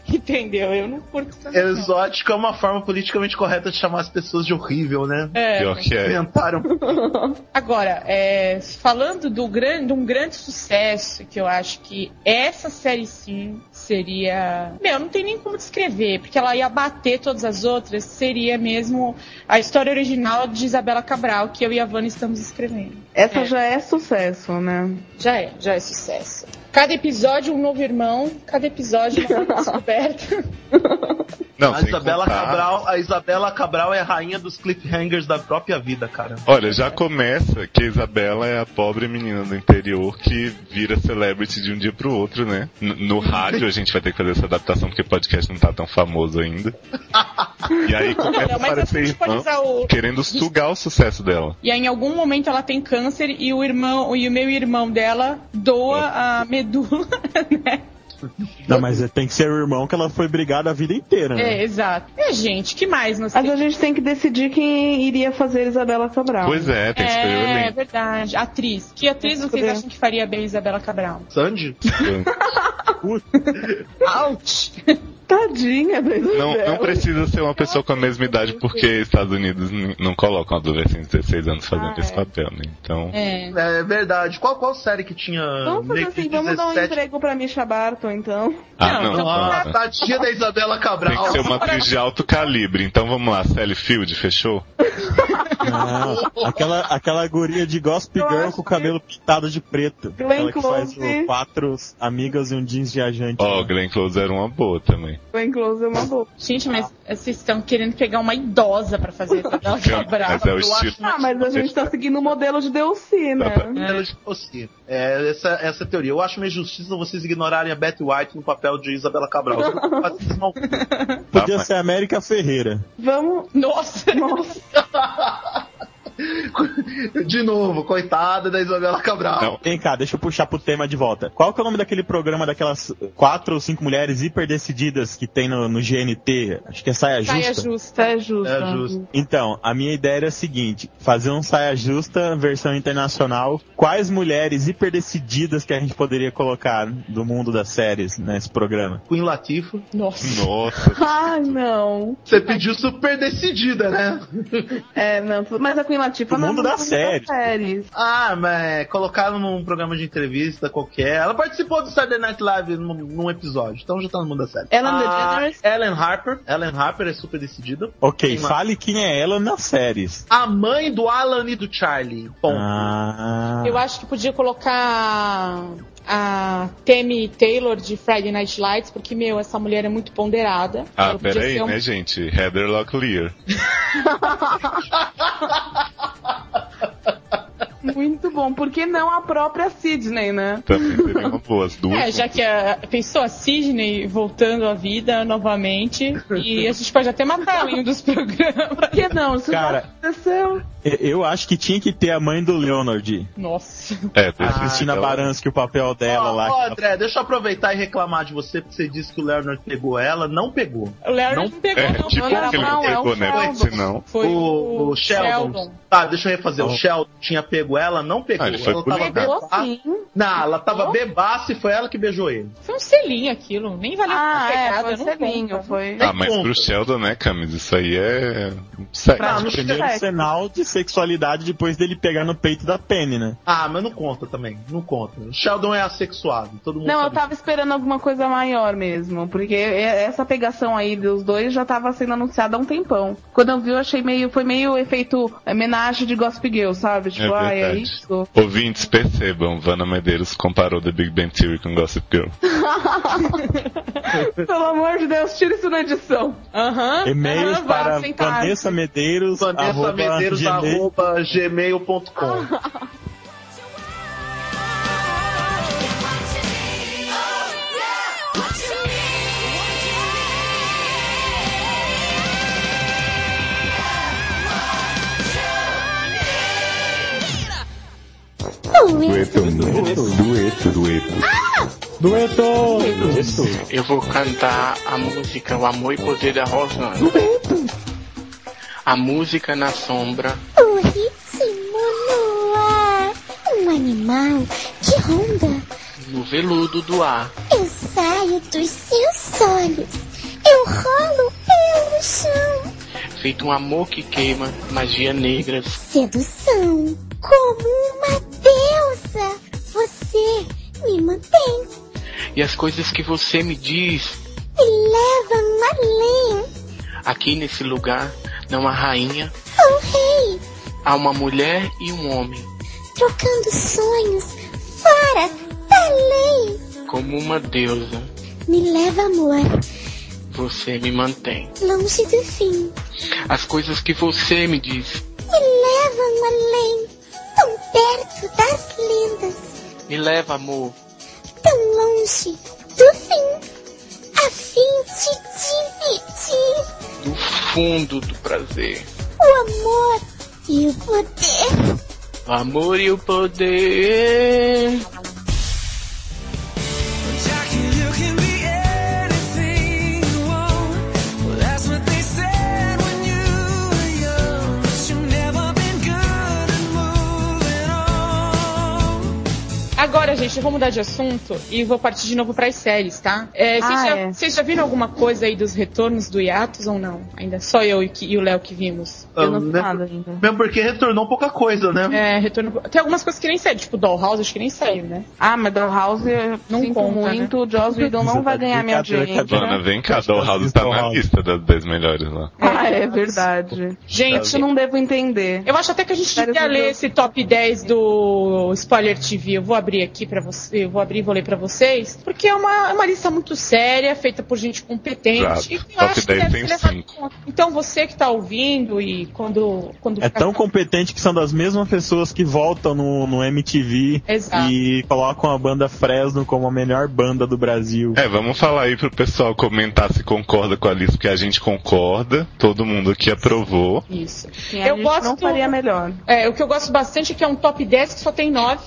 Entendeu? Eu não curto essa não. Exótico é uma forma politicamente correta de chamar as pessoas de horrível, né? É. Pior que é. Inventaram. Agora, é, falando do grande, de um grande sucesso, que eu acho que essa série sim seria. Meu, não tem nem como descrever, porque ela ia bater todas as outras, seria mesmo a história original de Isabela Cabral, que eu e a Vana estamos escrevendo. Essa já é sucesso, né? Já é, já é sucesso. Cada episódio um novo irmão, cada episódio uma nova descoberta. Não, a sem Isabela contar- Cabral, a Isabela Cabral é a rainha dos cliffhangers da própria vida, cara. Olha, já começa que a Isabela é a pobre menina do interior que vira celebrity de um dia pro outro, né? N- No rádio a gente vai ter que fazer essa adaptação porque o podcast não tá tão famoso ainda. E aí começa a Não, mas a aparecer gente pode irmã usar o- querendo sugar o sucesso dela. E aí, em algum momento ela tem câncer e o irmão e o meu irmão dela doa a medula. Não, mas é, tem que ser o irmão que ela foi brigada a vida inteira, né? É, exato. É, gente, que mais? Não sei. Mas a gente tem que decidir quem iria fazer Isabela Cabral. Pois é, tem que escolher o É, é elenco. verdade. Atriz. Que atriz vocês Escolher. acham que faria bem Isabela Cabral? Sandy? Ah, Out! Tadinha da Não, Isabela. não precisa ser uma pessoa com a mesma idade, porque Estados Unidos n- não colocam adolescente de 16 anos fazendo esse papel, né? Então. É, verdade. Qual, qual série que tinha. Vamos fazer meio que assim, vamos dar um 17? emprego pra Misha Barton, então. Ah, não. Ah, não. tadinha da Isabela Cabral. Tem que ser uma atriz de alto calibre. Então vamos lá, Sally Field, fechou? Não, aquela, aquela guria de Gossip Girl com o cabelo pintado de preto. Glenn aquela que faz Close. o quatro amigas e um jeans viajante. Ó, Glenn Close era uma boa também. Glenn Close é uma boa. Gente, mas vocês estão querendo pegar uma idosa pra fazer Isabela Cabral. Mas é o estilo. Ah, mas a gente tá seguindo o modelo de Delcy, né? Tá, Ela de você. É, essa, essa teoria. Eu acho uma injustiça vocês ignorarem a Betty White no papel de Isabela Cabral. Podia ser a América Ferreira. Vamos. Nossa! Nossa! de novo, coitada da Isabela Cabral. Não, Ah, vem cá, deixa eu puxar pro tema de volta. Qual que é o nome daquele programa daquelas quatro ou cinco mulheres hiper decididas que tem no, no GNT? Acho que é Saia Justa. Saia justa, é justa. Saia Justa. Então, a minha ideia era a seguinte: fazer um Saia Justa versão internacional. Quais mulheres hiper decididas que a gente poderia colocar do mundo das séries nesse programa? Queen Latifah. Nossa. Nossa. Ah, não. Você pediu super decidida, né? É, não. Mas a Queen Latifah O mundo não é da das série. séries. Ah, mas colocaram num programa de entrevista qualquer. Ela participou do Saturday Night Live num, num episódio, então já tá no mundo da série. é Ellen Ah, Ellen Harper. Ellen Harper é super decidida. Ok, Quem mais? fale quem é ela nas séries. A mãe do Alan e do Charlie. Bom, Ah, Eu acho que podia colocar a Tammy Taylor de Friday Night Lights, porque, meu, essa mulher é muito ponderada. Ah, Ela podia peraí, ser um- né, gente? Heather Locklear. Muito bom. Por que não a própria Sidney, né? Também seria uma boa. As duas. É, já que a, pensou a Sidney voltando à vida novamente, e a gente pode até matar ela em um dos programas. Por que não? Isso Cara. aconteceu. e- eu acho que tinha que ter a mãe do Leonard. Nossa. É, a Ah, Cristina Baranski, o papel dela lá. Ó, André, deixa eu aproveitar e reclamar de você, porque você disse que o Leonard pegou ela. Não pegou. O Larry não, pegou, É, não. tipo Não, não, que ele não não, é o pegou, né? Sheldon. Porque senão- Foi o, o o Sheldon. Sheldon. Tá, deixa eu refazer. Não. O Sheldon tinha pego ela, não pegou. Ah, ele foi ela por tava lugar. Pegou bebaça. Não, ela tava bebaça e foi ela que beijou ele. Foi um selinho aquilo, nem valeu Ah, a é, pegada, foi um não selinho, conta. foi. Ah, mas pro Sheldon, né, Camis? Isso aí é. Sexo. Pra- O primeiro sexo. sinal de sexualidade depois dele pegar no peito da Penny, né? Ah, mas não conta também. Não conta. O Sheldon é assexuado. Todo mundo Não, eu sabe. tava esperando alguma coisa maior mesmo, porque é- essa pegação aí dos dois já tava sendo anunciada há um tempão. Quando eu vi, eu achei meio, foi meio efeito homenagem de Gossip Girl, sabe? Tipo, É ai, é verdade. isso. Ouvintes, percebam, Vanna Medeiros comparou The Big Bang Theory com Gossip Girl. Pelo amor de Deus, tira isso na edição. Aham. E-mails aham, vá, para sentar. Vanessa Medeiros, Vanessa arroba Medeiros, gmail. arroba gmail.com. Dueto, dueto, dueto. Dueto! Eu vou cantar a música O Amor e Poder da Rosana. é A música na sombra. O ritmo no ar, um animal que ronda. No veludo do ar. Eu saio dos seus olhos feito um amor que queima, magia negra. Sedução. Como uma deusa. Você me mantém. E as coisas que você me diz Me levam um além. aqui nesse lugar, não há rainha, Oh, rei. há uma mulher e um homem, Trocando sonhos fora da lei. como uma deusa, Me leva, amor, você me mantém. longe do fim. As coisas que você me diz Me levam além. Tão perto das lendas. me leva, amor, tão longe do fim, a fim de dividir do fundo do prazer. o amor e o poder. O amor e o poder. You can be anything you want. Well, that's what they said when you were young. But you've never been good at moving on. Agora, gente, eu vou mudar de assunto e vou partir de novo pras séries, tá? É, vocês, Ah, já, é. vocês já viram alguma coisa aí dos retornos do hiatus ou não? Ainda só eu e, que- e o Léo que vimos. Eu não vi Mesmo- nada ainda. Mesmo porque retornou pouca coisa, né? É, retorno. Tem algumas coisas que nem saíram, tipo Dollhouse, acho que nem saiu, né? Ah, mas Dollhouse, eu Não sinto conta, muito, né? o Joss Whedon tá não vai É ganhar minha Dona, audiência. vem cá, Dollhouse tá na lista das 10 melhores lá. Ah, é verdade. Gente, eu não devo entender. Eu acho até que a gente Sério, devia meu ler Deus. esse top 10 do Spoiler TV. Eu vou abrir aqui para você, eu vou abrir e vou ler pra vocês, porque é uma, é uma lista muito séria, feita por gente competente. Exato. E eu Top acho que 10 deve tem um ser levado em cinco. conta. Então você que tá ouvindo e quando quando É ficar- tão competente que são das mesmas pessoas que voltam no, no MTV Exato. e colocam a banda Fresno como a melhor banda do Brasil. É, vamos falar aí pro pessoal comentar se concorda com a lista, porque a gente concorda, todo mundo aqui aprovou. Isso. Sim, eu gosto. Não faria melhor. É, o que eu gosto bastante é que é um top 10 que só tem 9.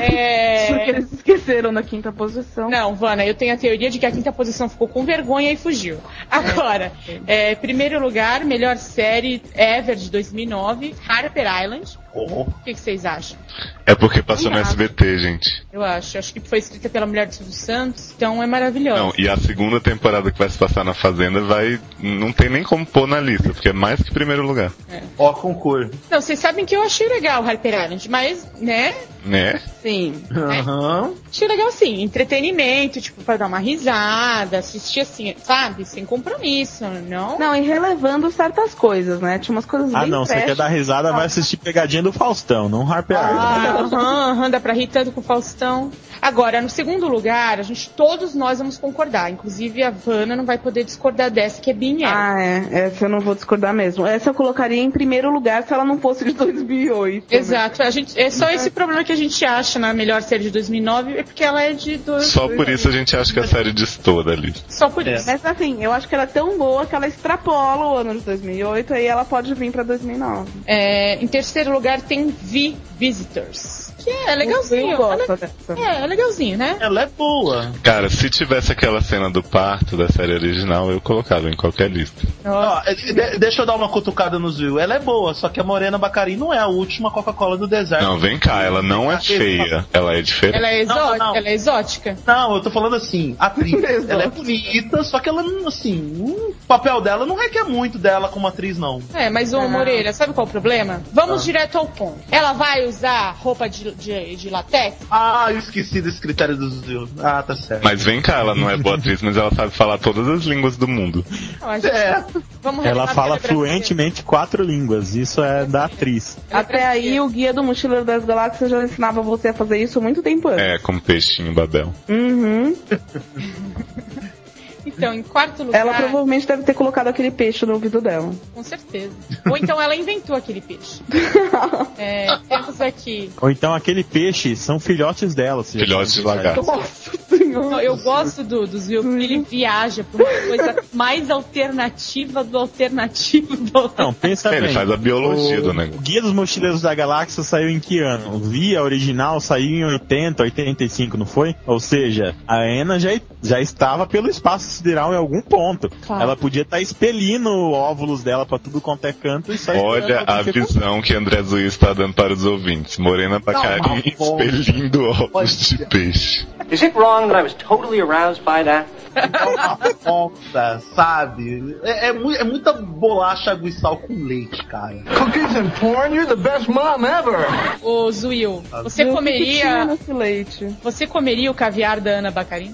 Porque é... eles esqueceram da quinta posição. Não, Vana, eu tenho a teoria de que a quinta posição ficou com vergonha e fugiu. Agora, é, primeiro lugar, melhor série ever de 2009, Harper Island. O que, que vocês acham? É porque passou no Irado. SBT, gente. Eu acho. Acho que foi escrita pela mulher do Silvio Santos, então é maravilhosa. Não, e a segunda temporada que vai se passar na Fazenda vai. Não tem nem como pôr na lista, porque é mais que primeiro lugar. É. Ó, concurso. Não, vocês sabem que eu achei legal Harper Island, mas, né? Né? Sim. Aham. Achei legal assim, entretenimento, tipo, pra dar uma risada, assistir assim, sabe? Sem compromisso, não? Não, e relevando certas coisas, né? Tinha umas coisas Ah bem não, você trash. quer dar risada, vai assistir pegadinha do Faustão, não Harper Island. Ah, aham, aham, dá pra rir tanto com o Faustão. Agora, no segundo lugar, a gente, todos nós vamos concordar. Inclusive a Vanna não vai poder discordar dessa, que é Binha. Ah, é. Essa eu não vou discordar mesmo. Essa eu colocaria em primeiro lugar se ela não fosse de 2008. né? Exato, a gente, é Uhum. só esse problema que a gente acha na melhor série de 2009, é porque ela é de... dois- Só por isso a gente acha que a série destoa da lista. Só por É. isso. Mas assim, eu acho que ela é tão boa que ela extrapola o ano de 2008 aí ela pode vir pra 2009. É, em terceiro lugar tem V Visitors. Que é legalzinho. Eu gosto ela- é, é legalzinho, né? Ela é boa. Cara, se tivesse aquela cena do parto da série original, eu colocava em qualquer lista. Ó, de- de- deixa eu dar uma cutucada nos Will. Ela é boa, só que a Morena Bacari não é a última Coca-Cola do deserto. Não, vem cá, ela não é feia, ela é diferente. Ela é, Não, não, exótica, não. ela é exótica. Não, eu tô falando assim, a atriz, ela é bonita, só que ela, não, assim, o papel dela não requer muito dela como atriz, não. É, mas ô Ah. Moreira, sabe qual é o problema? Vamos Ah. direto ao ponto. Ela vai usar roupa de, de, de latex? Ah, eu esqueci desse critério dos Will. Ah, tá certo. Mas vem cá, ela não é boa atriz, mas ela sabe falar todas as línguas do mundo. Não, a gente- É. Vamos Ela retomar fala a série fluentemente quatro línguas, isso é da atriz. Até aí, o Guia do Mochileiro das Galáxias já ensinava você a fazer isso há muito tempo antes. É, como peixinho babel. Uhum. brasileira. Então, em quarto lugar, Ela provavelmente deve ter colocado aquele peixe no ouvido dela. com certeza. Ou então ela inventou aquele peixe. É, temos aqui Ou então aquele peixe, são filhotes dela. Filhotes de lagarto. Não, eu gosto do, do Zio, porque ele viaja por uma coisa mais alternativa do alternativo do Não, alternativo. pensa Ele bem. faz a biologia o, do negócio. O Guia dos Mochileiros da Galáxia saiu em que ano? O Via original saiu em 80, 85, não foi? Ou seja, a Ana já, já estava pelo espaço sideral em algum ponto. Tá. Claro. Ela podia estar expelindo óvulos dela pra tudo quanto é canto e só Olha esperando a alguém ficar- visão que André tá Zuí está dando para os ouvintes. Morena Bacari mas, bom. expelindo ovos de peixe. Is it wrong song that I was totally aroused by that. Oh, Nossa, sabe? É, é, mu- é muita bolacha água e sal com leite, cara. Cookies and porn, you're the best mom ever! Ô, Zuil, você Meu, o que que tinha comeria. nesse leite? Você comeria o caviar da Ana Bacarin?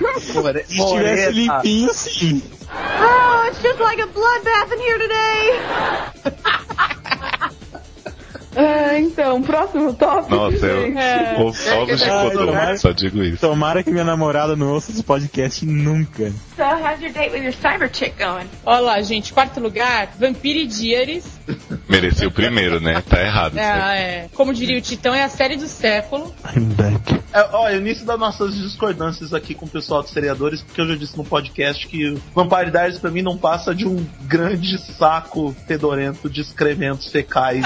More- Se estivesse morena. limpinho, sim. Oh, it's just like a bloodbath in here today. É, Ah, então, próximo tópico. Nossa, eu, É. gente. o É, ovos de Ai, codorna, tomara- só digo isso. Tomara que minha namorada não ouça esse podcast nunca. So, how's your date with your cyber chick going? Olha lá, gente, quarto lugar, Vampire Diaries. Merecia o primeiro, né? Tá errado. Ah, é. Como diria o Titão, é a série do século. É, olha, o início das nossas discordâncias aqui com o pessoal dos seriadores, porque eu já disse no podcast que o Vampire Diaries pra mim não passa de um grande saco fedorento de excrementos fecais.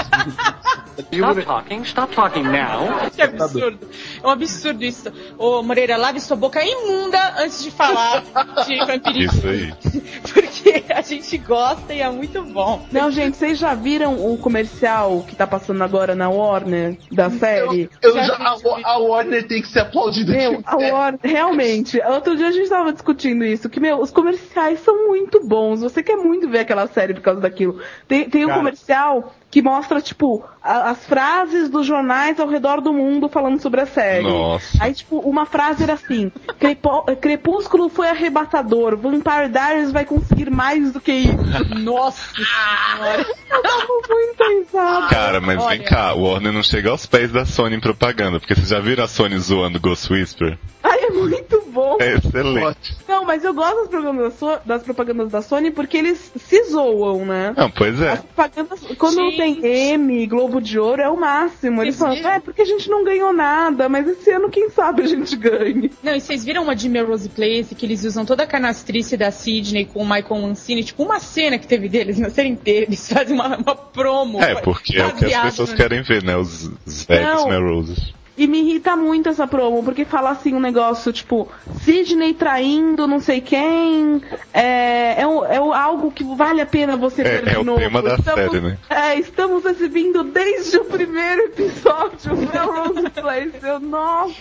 Stop talking. Stop talking now. Que absurdo. É um absurdo isso. Ô, Moreira, lave sua boca imunda antes de falar de Vampire Isso aí. Porque a gente gosta e é muito bom. Não, gente, vocês já viram o comercial que tá passando agora na Warner da série? Eu já, a, a Warner tem que ser aplaudida. Meu, a Warner, realmente, outro dia a gente tava discutindo isso, que, meu, os comerciais são muito bons, você quer muito ver aquela série por causa daquilo. Tem, tem um Cara. comercial que mostra, tipo, a- as frases dos jornais ao redor do mundo falando sobre a série. Nossa. Aí, tipo, uma frase era assim, "Crepo- Crepúsculo foi arrebatador, Vampire Diaries vai conseguir mais do que isso. Nossa senhora. Eu tava muito risada. Cara, mas vem Olha. cá, o Warner não chega aos pés da Sony em propaganda, porque vocês já viram a Sony zoando Ghost Whisper? Ai, é muito bom. É excelente. Não, mas eu gosto das propagandas, da So- das propagandas da Sony porque eles se zoam, né? Não, pois é. Propagandas, quando tem M, Globo de Ouro, é o máximo. Eles falam, é, porque a gente não ganhou nada, mas esse ano, quem sabe, a gente ganhe. Não, e vocês viram uma de Melrose Place que eles usam toda a canastrice da Sidney com o Michael Mancini? Tipo, uma cena que teve deles na série inteira. Eles fazem uma, uma promo. É, porque é o que as baseado pessoas no- querem ver, né? Os, os velhos Não. Melroses. E me irrita muito essa promo, porque fala assim um negócio tipo, Sidney traindo não sei quem, é, é, um- é um- algo que vale a pena você É- ver é de o novo. tema da série, né? É, estamos exibindo desde o primeiro episódio o Melrose Place. Eu, nossa!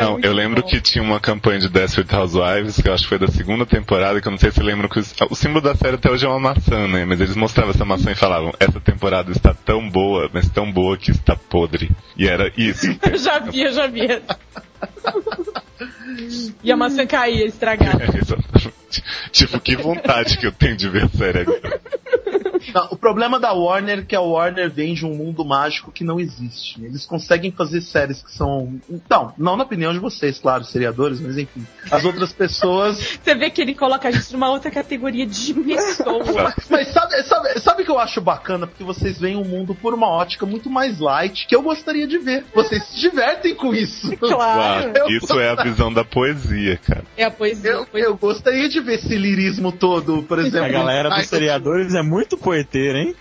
Não, eu lembro que tinha uma campanha de Desperate Housewives, que eu acho que foi da segunda temporada, que eu não sei se lembram que os- ah, o símbolo da série até hoje é uma maçã, né? Mas eles mostravam essa maçã e falavam, essa temporada está tão boa, mas tão boa que está podre. E era isso. Eu já vi, eu já vi. e a maçã caía, estragada. É, Exatamente. Tipo, que vontade que eu tenho de ver a série agora. Não, o problema da Warner é que a Warner vem de um mundo mágico que não existe. Eles conseguem fazer séries que são. Então, não na opinião de vocês, claro, seriadores, mas enfim. As outras pessoas. Você vê que ele coloca a gente numa outra categoria de pessoa. Mas sabe, sabe, sabe o que eu acho bacana? Porque vocês veem o mundo por uma ótica muito mais light que eu gostaria de ver. Vocês se divertem com isso. Claro, isso é a visão da poesia, cara. É a poesia. Eu, eu gostaria de ver esse lirismo todo, por exemplo. A galera Ai, dos seriadores é muito poeteira, hein?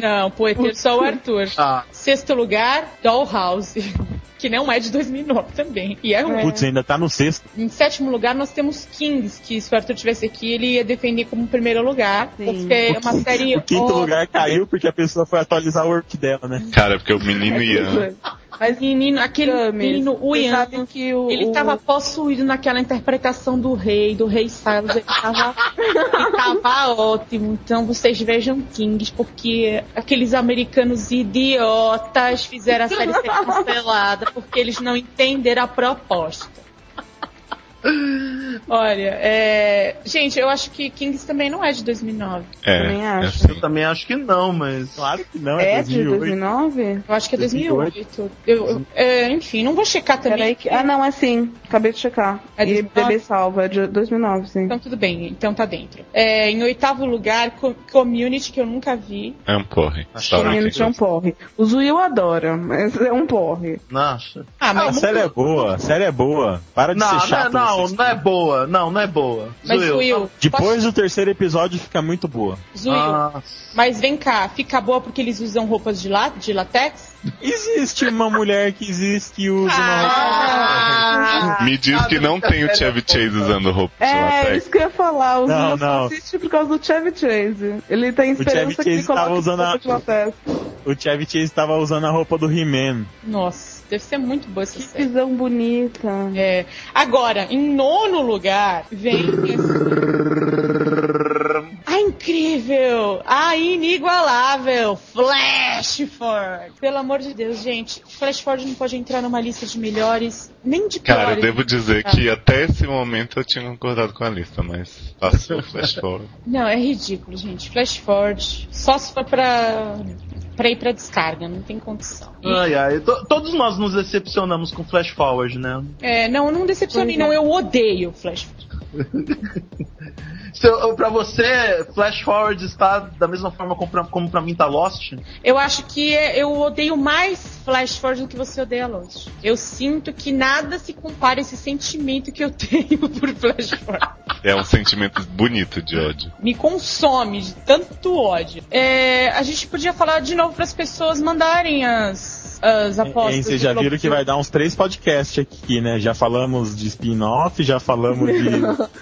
Não, poeta, só o Arthur. Ah. Sexto lugar, Dollhouse. Que não é de 2009 também. E é ruim. Putz, ainda tá no sexto. Em sétimo lugar, nós temos Kings, que se o Arthur tivesse aqui, ele ia defender como primeiro lugar. Porque é uma série. O quinto ó, lugar caiu porque a pessoa foi atualizar o work dela, né? Cara, porque o É, menino né? Ian. Mas menino, aquele Camis, menino, o você Ian, sabe que o- ele o- estava possuído naquela interpretação do rei, do rei Silas, ele tava, ele tava ótimo. Então vocês vejam Kings, porque aqueles americanos idiotas fizeram a série ser cancelada, porque eles não entenderam a proposta. Olha, é... gente, eu acho que Kings também não é de 2009. É, também acho. Eu também acho que não, mas. Claro que não, é É de 2008. 2009? Eu acho que é 2008. Eu, eu- é, enfim, não vou checar também. Peraí que... Ah, não, é sim. Acabei de checar. É e 2009? bebê salva, é de 2009, sim. Então tudo bem, então tá dentro. É, em oitavo lugar, co- Community, que eu nunca vi. É um porre. Community é um porre. O Zuil adora, mas é um porre. Nossa. Ah, a série é boa, a série é boa. Para de Não, ser chato. não, não, vocês. não é boa. Não, não é boa. Mas, Will, Depois do terceiro episódio fica muito boa. Zuil, mas vem cá, fica boa porque eles usam roupas de, la de latex? Existe uma mulher que existe que usa Ah! Me diz que não tem o Chevy Chase usando roupa de É, latex. isso que eu ia falar. O Zuil Não, não. assiste por causa do Chevy Chase. Ele tem O Chevy esperança que Chase ele coloque tava usando roupa a- de latex. O Chevy Chase estava usando a roupa do He-Man. Nossa. Deve ser muito boa essa série. Visão bonita. É. Agora, em nono lugar, vem. a Ah, incrível! A inigualável! Flashford! Pelo amor de Deus, gente. Flashford não pode entrar numa lista de melhores, nem de Cara, eu piores. devo dizer Ah. que até esse momento eu tinha concordado com a lista, mas passou o flash forward. Não, é ridículo, gente. Flash forward. Só se for pra, pra ir pra descarga, não tem condição. Ai, ai. to- Todos nós nos decepcionamos com Flash Forward, né? É, não, não decepcionei, não. Eu odeio Flash forward. Seu, pra você, Flash Forward está da mesma forma como pra, como pra mim tá Lost? Eu acho que é- eu odeio mais Flash Forward do que você odeia Lost. Eu sinto que nada se compara a esse sentimento que eu tenho por Flash Forward. É um sentimento bonito de ódio. Me consome de tanto ódio. É, a gente podia falar de novo para as pessoas mandarem as, as apostas. Hein, vocês do já Globo viram que vai dar uns três podcasts aqui, né? Já falamos de spin-off, já falamos de,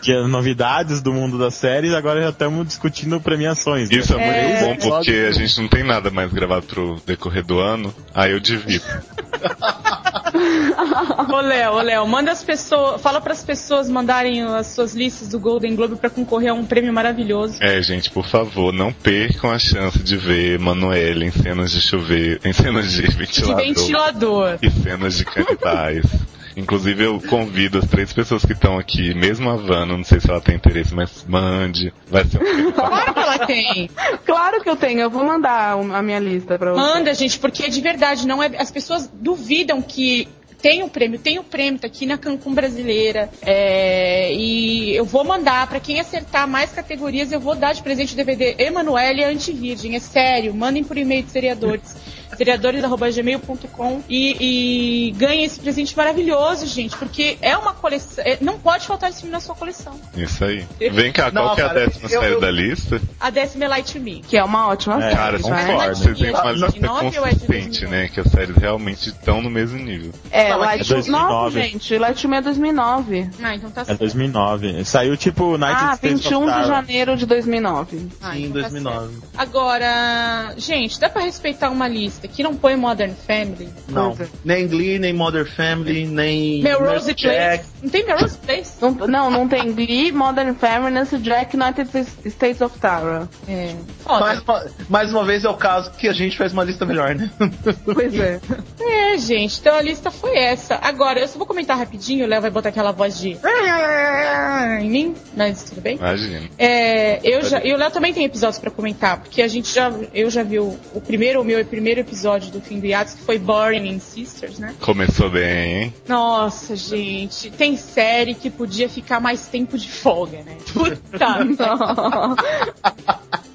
de novidades do mundo das séries, agora já estamos discutindo premiações. né? Isso é, Três muito bom porque a episódios. gente não tem nada mais gravado pro decorrer do ano, aí eu divido. ô Léo, ô Léo, manda as pessoas, fala para as pessoas mandarem as suas listas do Golden Globe para concorrer a um prêmio maravilhoso. É, gente, por favor, não percam a chance de ver Manoel em cenas de chover, em cenas de De ventilador, ventilador. e cenas de canibais. Inclusive, eu convido as três pessoas que estão aqui, mesmo a Vanna, não sei se ela tem interesse, mas mande. Vai ser um Claro que ela tem. Claro que eu tenho, eu vou mandar um- a minha lista pra você. Manda, gente, porque de verdade não é. As pessoas duvidam que tem o prêmio, tem o prêmio, tá aqui na Cancún brasileira. é, e eu vou mandar pra quem acertar mais categorias, eu vou dar de presente o DVD Emanuele Antivirgem. É sério, mandem por e-mail de seriadores. seriadores.gmail.com e, e ganhem esse presente maravilhoso, gente, porque é uma coleção. é, não pode faltar esse filme na sua coleção. Isso aí. Vem cá, qual Não, que é a cara, décima eu- série eu- da lista? A décima é Light to Me. Que é uma ótima É, cara, concordo. Vocês têm uma lista 2009 ou é de consistente, né? Que as séries realmente estão no mesmo nível. É, Light é 2009. 9, gente. Light Me é 2009. Ah, então tá É 2009. Saiu tipo Night Ah, 21 de janeiro de 2009. em tá 2009. Agora, gente, dá pra respeitar uma lista que não põe Modern Family? Não. Nem Glee, nem Mother Family, nem. Melrose Jack. Place. Não tem Melrose Place? Não, não, não tem Glee, Modern Family, Nancy Jack, United States of Tara. É. Mais, uma- mais uma vez é o caso que a gente faz uma lista melhor, né? Pois é. É, gente, então a lista foi essa. Agora, eu só vou comentar rapidinho, o Léo vai botar aquela voz de. em mim, mas tudo bem? Imagina. É, eu já, e o Léo também tem episódios pra comentar, porque a gente já, eu já vi o, o primeiro, o meu primeiro episódio do fim do Yates, que foi Boring and Sisters, né? Começou bem, hein? Nossa, gente, tem série que podia ficar mais tempo de folga, né? Puta merda.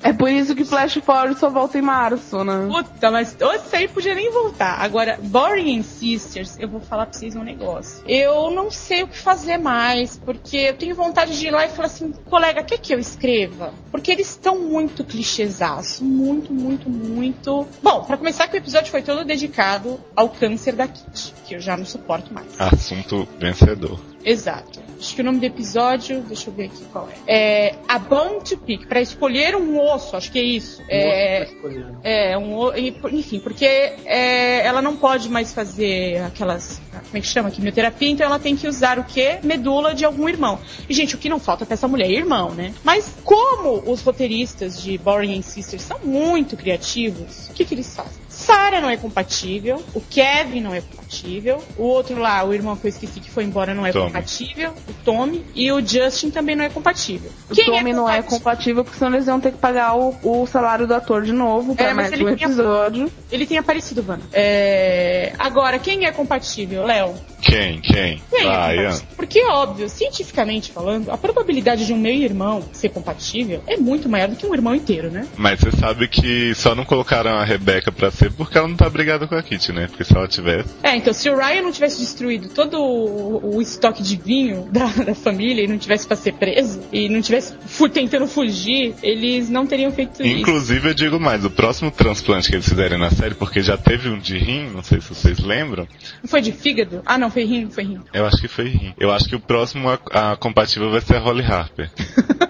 É por isso que Flash Forward só volta em março, né? Puta, Então, mas ou série podia nem voltar. Agora, Boring and Sisters, eu vou falar pra vocês um negócio. Eu não sei o que fazer mais, porque eu tenho vontade de ir lá e falar assim, colega, quer que eu escreva? Porque eles estão muito clichêsaço, muito, muito, muito. Bom, pra começar que o episódio foi todo dedicado ao câncer da Kitty, que eu já não suporto mais. Assunto vencedor. Exato. Acho que o nome do episódio, deixa eu ver aqui qual é. É A Bone to Pick, pra escolher um osso, acho que é Um isso. É, é um o- e- enfim, porque é, ela não pode mais fazer aquelas, como é que chama, quimioterapia, então ela tem que usar o quê? Medula de algum irmão. E gente, o que não falta pra essa mulher é irmão, né? Mas como os roteiristas de Boring and Sisters são muito criativos, o que que eles fazem? Sarah não é compatível, o Kevin não é compatível, o outro lá, o irmão que eu esqueci que foi embora não é Tommy. compatível, o Tommy, e o Justin também não é compatível. O Tommy não é compatível, porque senão eles iam ter que pagar o, o salário do ator de novo pra É, mas mais ele um tem a- episódio. Ele tem aparecido, Vanna. É, Agora, quem é compatível? Léo. Quem? Quem? Quem Vai, é Ana. compatível? Porque, óbvio, cientificamente falando, a probabilidade de um meio-irmão ser compatível é muito maior do que um irmão inteiro, né? Mas você sabe que só não colocaram a Rebeca pra ser porque ela não tá brigada com a Kitty, né? Porque se ela tivesse. É, então se o Ryan não tivesse destruído todo o, o estoque de vinho da, da família e não tivesse pra ser preso, e não tivesse fu- tentando fugir, eles não teriam feito isso. Inclusive, eu digo mais, o próximo transplante que eles fizerem na série, porque já teve um de rim, não sei se vocês lembram, Não foi de fígado? Ah, não, foi rindo, foi rindo. Eu acho que foi rim. Eu acho que o próximo a, a compatível vai ser a Holly Harper.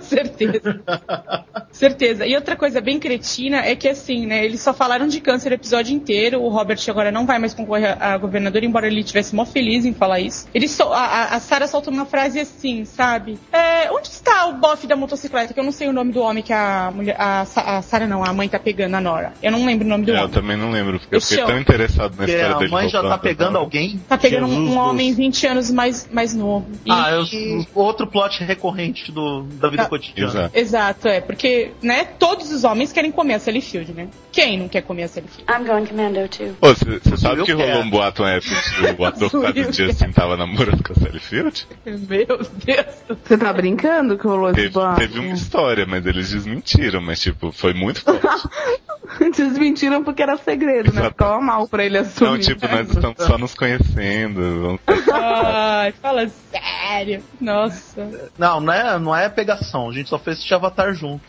Certeza. Certeza. E outra coisa bem cretina é que, assim, né, eles só falaram de câncer o episódio inteiro. O Robert agora não vai mais concorrer a a governador, embora ele estivesse mó feliz em falar isso. Ele sol- a- a, a Sarah soltou uma frase assim, sabe? É, onde está o bofe da motocicleta? Que eu não sei o nome do homem que a mulher. A, Sa- a Sarah não, a mãe tá pegando a Nora. Eu não lembro o É, nome do Eu homem. também não lembro, porque eu O fiquei chão. tão interessado na Porque história é a dele. mãe já tá voltando. pegando alguém? Tá pegando um- Jesus um homem 20 anos mais, mais novo. E- Ah, eu, outro plot recorrente do, da vida cotidiana. Exato. Exato, é, porque, né, todos os homens querem comer a Sally Field, né? Quem não quer comer a Sally Field? I'm going commando too. Ô, você sabe que é? rolou um boato na época que o ator que faz Sumiu, o Justin tava namorando com a Sally Field? Meu Deus. Você tá brincando que rolou esse Teve, boato? teve uma história, mas eles desmentiram, mas tipo, foi muito Desmentiram porque era segredo, né? Ficava mal pra ele assumir. né? Não, tipo, né? nós estamos só nos conhecendo. vamos- Ai, fala sério. Nossa. Não, não é, não é pegação. A gente só fez este avatar junto.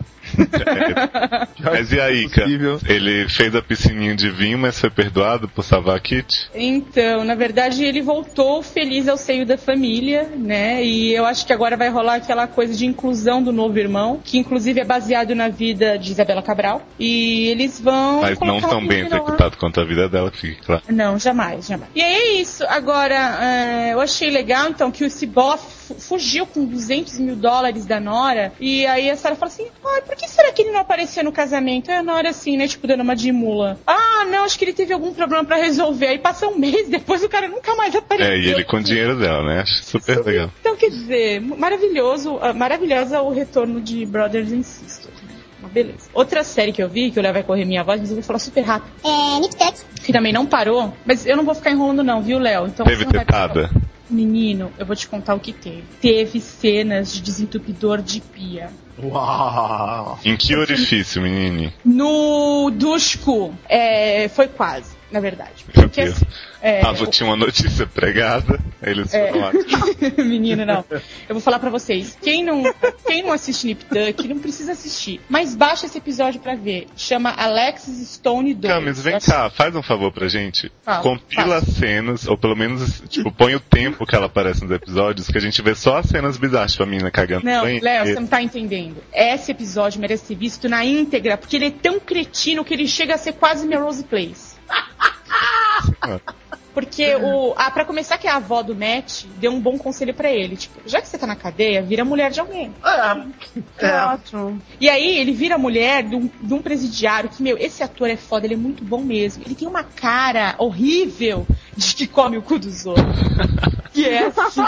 Mas e aí, é cara? Ele fez a piscininha de vinho, mas foi perdoado por salvar a Kit? Então, na verdade, ele voltou feliz ao seio da família, né? E eu acho que agora vai rolar aquela coisa de inclusão do novo irmão, que inclusive é baseado na vida de Isabela Cabral. E eles vão. Mas não colocar um tão o bem menino lá. executado quanto a vida dela, fique claro. Não, jamais, jamais. E aí é isso. Agora, é, eu achei legal, então, que o Cibó fu- fugiu com 200 mil dólares da Nora. E aí a Sarah fala assim: Ai, por que será que ele não apareceu no casamento? É a Nora, assim, né? Tipo, dando uma de mula. Ah, não, acho que ele teve algum problema pra resolver. Aí passa um mês depois o cara nunca mais apareceu. É, e ele com o dinheiro dela, né? Acho super legal. Então, quer dizer, maravilhoso, ah, maravilhosa o retorno de Brothers and Sisters. né? Uma Beleza. Outra série que eu vi, que o Léo vai correr minha voz, mas eu vou falar super rápido. É, Nip Que também não parou, mas eu não vou ficar enrolando não, viu, Léo? Então Teve você não vai- tetada? Menino, eu vou te contar o que teve. Teve cenas de desentupidor de pia. Uau! Em que orifício, menine? No Dusco, é, foi quase, na verdade. Meu Deus. Tá É, Tava, tinha uma notícia pregada, aí eles É. foram lá. Menino, não. Eu vou falar pra vocês. Quem não, quem não assiste Nip Tuck, não precisa assistir. Mas baixa esse episódio pra ver. Chama Alexis Stone 2. Camis, vem cá, faz um favor pra gente. Fala, Compila as cenas, ou pelo menos, tipo, põe o tempo que ela aparece nos episódios, que a gente vê só as cenas bizarras, tipo a menina cagando Não, banho. Léo, você não tá entendendo. Esse episódio merece ser visto na íntegra, porque ele é tão cretino que ele chega a ser quase Melrose Place. Porque o. Ah, pra começar, que a avó do Matt deu um bom conselho pra ele. Tipo, já que você tá na cadeia, vira mulher de alguém. É, é. Ótimo. E aí ele vira mulher de um, de um presidiário que, meu, esse ator é foda, ele é muito bom mesmo. Ele tem uma cara horrível de que come o cu dos outros. E é assim.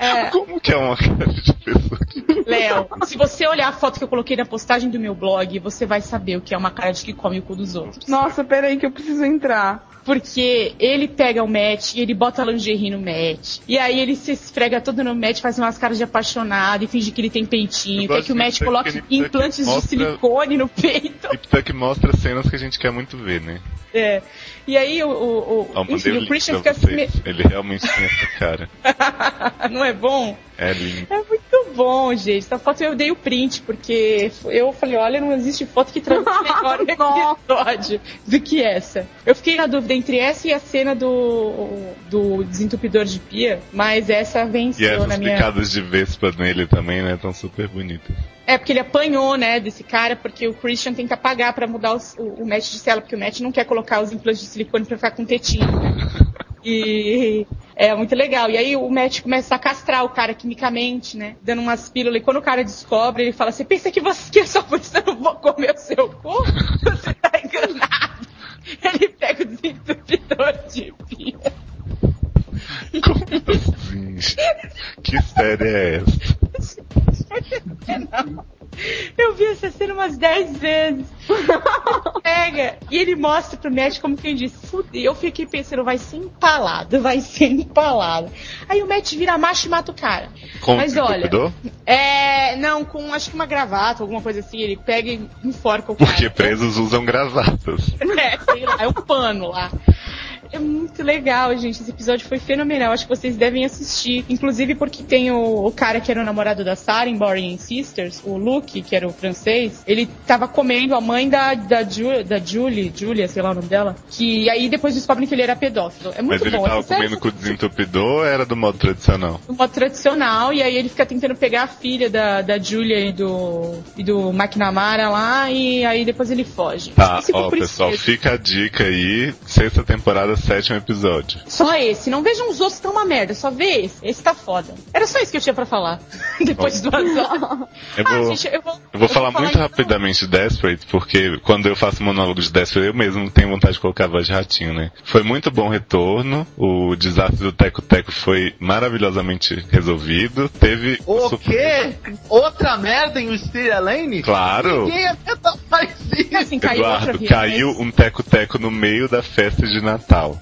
É, Como que é uma cara de pessoa? Léo, se você olhar a foto que eu coloquei na postagem do meu blog, você vai saber o que é uma cara de que come o cu dos outros. Nossa, peraí que eu preciso entrar. Porque ele pega o Matt e ele bota a lingerie no Matt. E aí ele se esfrega todo no Matt, faz umas caras de apaixonado e finge que ele tem peitinho. Eu Quer gosto que o Matt disso, coloque aquele- implantes de mostra- silicone no peito. Só que mostra cenas que a gente quer muito ver, né? É. E aí o, o, o- Ó, enfim, mandei o o link Christian pra fica vocês. Ele realmente tem essa cara. assim, não é bom? É lindo. É muito bom, gente. Essa foto eu dei o print, porque eu falei, olha, não existe foto que traz melhor episódio do que essa. Eu fiquei na dúvida entre essa e a cena do, do desentupidor de pia, mas essa E é venceu na essas minha... picadas de vespa nele também, né? Tão super bonitas. É, porque ele apanhou, né, desse cara, porque o Christian tenta pagar pra mudar os- o, o match de célula, porque o match não quer colocar os implantes de silicone pra ficar com tetinho, né? E é muito legal. E aí o match começa a castrar o cara quimicamente, né? Dando umas pílulas. E quando o cara descobre, ele fala: Você pensa que você que é só por isso eu não vou comer o seu cu? Você tá enganado. Ele pega o desentupidor de pia. Gente, que série é essa? Não. Eu vi essa cena umas 10 vezes. Pega. E ele mostra pro Matt como quem disse. Fudeu. Eu fiquei pensando, vai ser empalado, vai ser empalado. Aí o Matt vira macho e mata o cara. Com Mas o olha. desentupidor? É. Não, com acho que uma gravata, alguma coisa assim. Ele pega e enforca o cara. Porque presos usam gravatas. É, sei lá, é um pano lá. É muito legal, gente. Esse episódio foi fenomenal. Acho que vocês devem assistir. Inclusive porque tem o, o cara que era o namorado da Sarah em Boring Sisters, o Luke, que era o francês. Ele tava comendo a mãe da, da, Ju, da Julie, Julia, sei lá o nome dela. Que aí depois descobrem que ele era pedófilo. É muito Mas ele bom. tava Essa série comendo com o desentupidor ou era do modo tradicional? no modo tradicional, e aí ele fica tentando pegar a filha da, da Julia e do, e do McNamara lá, e aí depois ele foge. Tá, Esse ó, foi por pessoal, isso. fica a dica aí. Sexta temporada, sétimo episódio. Só esse, não vejam os outros que tão uma merda, só vê esse. Esse tá foda. Era só isso que eu tinha pra falar. Depois do azar. Eu vou, gente, eu vou- eu vou falar muito rapidamente de Desperate, porque quando eu faço monólogo de Desperate, eu mesmo tenho vontade de colocar a voz de ratinho, né? Foi muito bom o retorno, o desastre do Teco Teco foi maravilhosamente resolvido, teve... O quê? Outra merda em Wisteria Lane? Claro! Ninguém aguenta mais isso. Eduardo, caiu um teco-teco no meio da festa de Natal.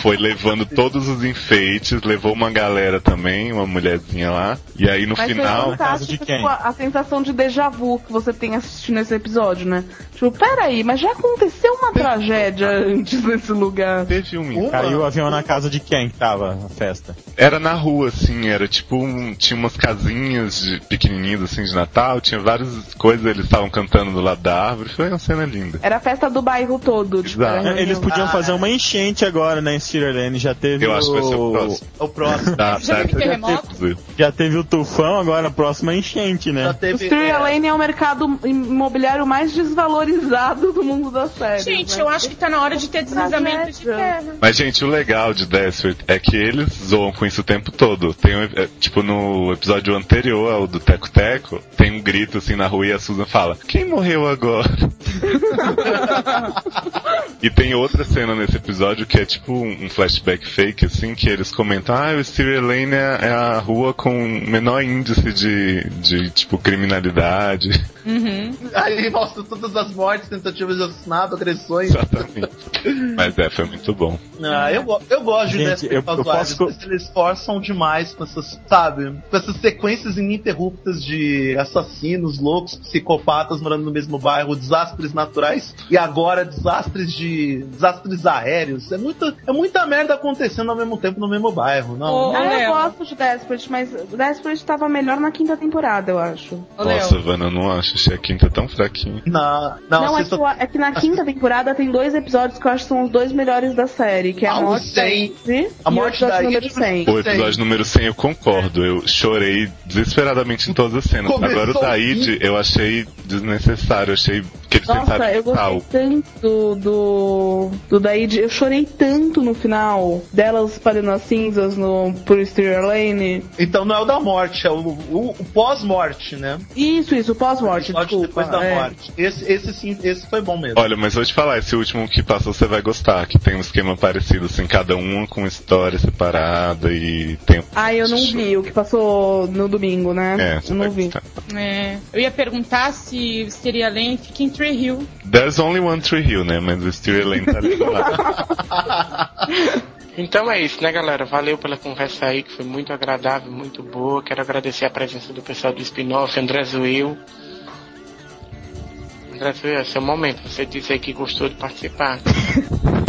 Foi levando todos os enfeites, levou uma galera também, uma mulherzinha lá. E aí no Mas final. Foi fantástico, tipo, a, a sensação de déjà vu que você tem assistindo esse episódio, né? Tipo, peraí, mas já aconteceu uma tragédia antes nesse lugar. Teve um Caiu o avião na casa de quem que tava a festa? Era na rua, assim, era tipo um, tinha umas casinhas de, pequenininhas assim de Natal, tinha várias coisas, eles estavam cantando do lado da árvore, foi uma cena linda. Era a festa do bairro todo. Tipo, Exato. era É, Eles reunião. podiam fazer uma enchente agora, né, em Steeler Lane. Já teve Eu acho que vai ser o o próximo. O próximo. Tá, Já tá, teve tá, terremoto? tá, tá. Já teve o tufão, agora a próxima é enchente, né? Já O Street Lane é o mercado imobiliário mais desvalorizado do mundo da série. Gente, eu acho que tá na hora de ter deslizamento de terra. Mas, gente, o legal de Desperate é que eles zoam com isso o tempo todo. Tem um, é, tipo, no episódio anterior ao do Teco Teco, tem um grito assim na rua e a Susan fala: Quem morreu agora? e tem outra cena nesse episódio que é tipo um um flashback fake, assim, que eles comentam: Ah, o Steve Lane é é a rua com menor índice de, de tipo, criminalidade. Aí ele mostra todas as mortes, tentativas de assassinato, agressões. Mas é, foi muito bom. Ah, eu, go- eu gosto de Gente, Desperate eu- eu Housewives, posso co- mas eles forçam demais com essas, sabe, com essas sequências ininterruptas de assassinos, loucos, psicopatas morando no mesmo bairro, desastres naturais e agora desastres de desastres aéreos. É muita, é muita merda acontecendo ao mesmo tempo no mesmo bairro, não? Ah, não. eu gosto de Desperate, mas Desperate tava melhor na quinta temporada, eu acho. Nossa, Vanna, eu não acho. Achei a quinta tão fraquinha. Não, Não, é, que, eu- é que na quinta temporada tem dois episódios que eu acho que são os dois melhores da série, que é a Ah, o morte da 100. Izzy A e o morte da episódio Izzy. número 100. O episódio número 100 eu concordo, eu chorei desesperadamente em todas as cenas. Começou Agora o assim. Taíde eu achei desnecessário, eu achei que eles tentaram Nossa, eu imitar gostei o- tanto do, do, do Daid. Eu chorei tanto no final delas espalhando as cinzas no, por Steer Lane. Então não é o da morte, é o, o- o pós-morte, né? Isso, isso, pós-morte, desculpa. Depois da é. morte. Esse, esse sim, esse foi bom mesmo. Olha, mas vou te falar, esse último que passou você vai gostar, que tem um esquema parecido, assim, cada um com história separada e tem. um Ah, eu não vi o que passou no domingo, né? É, você eu vai não vi. gostar. É, eu ia perguntar se seria Lane fica em Tree Hill. There's only one Tree Hill, né? Mas o Steve Lane tá ali do lado. Então é isso, né, galera? Valeu pela conversa aí, que foi muito agradável, muito boa. Quero agradecer a presença do pessoal do spin-off, André Zuil. André Zuil, esse é o momento. Você disse aí que gostou de participar.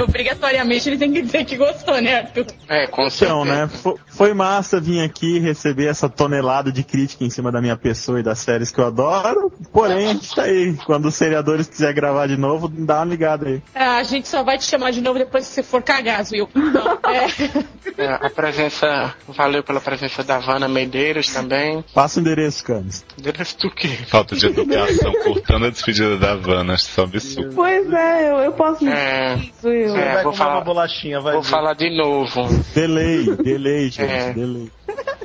Obrigatoriamente ele tem que dizer que gostou, né, Arthur? É, com Então, né? fo- Foi massa vir aqui receber essa tonelada de crítica em cima da minha pessoa e das séries que eu adoro. Porém, a gente tá aí. Quando os seriadores quiser gravar de novo, dá uma ligada aí. Ah, a gente só vai te chamar de novo depois que você for cagar, viu? Não, é. É, a presença, valeu pela presença da Vana Medeiros também. Passa o endereço, Camis. Endereço do quê? Falta de educação, cortando a despedida da Vanna, acho só absurdo. Pois é, eu, eu posso me É, isso, eu. é, vou falar- bolachinha, Vou falar de novo. Delay, delay, gente, É. delay.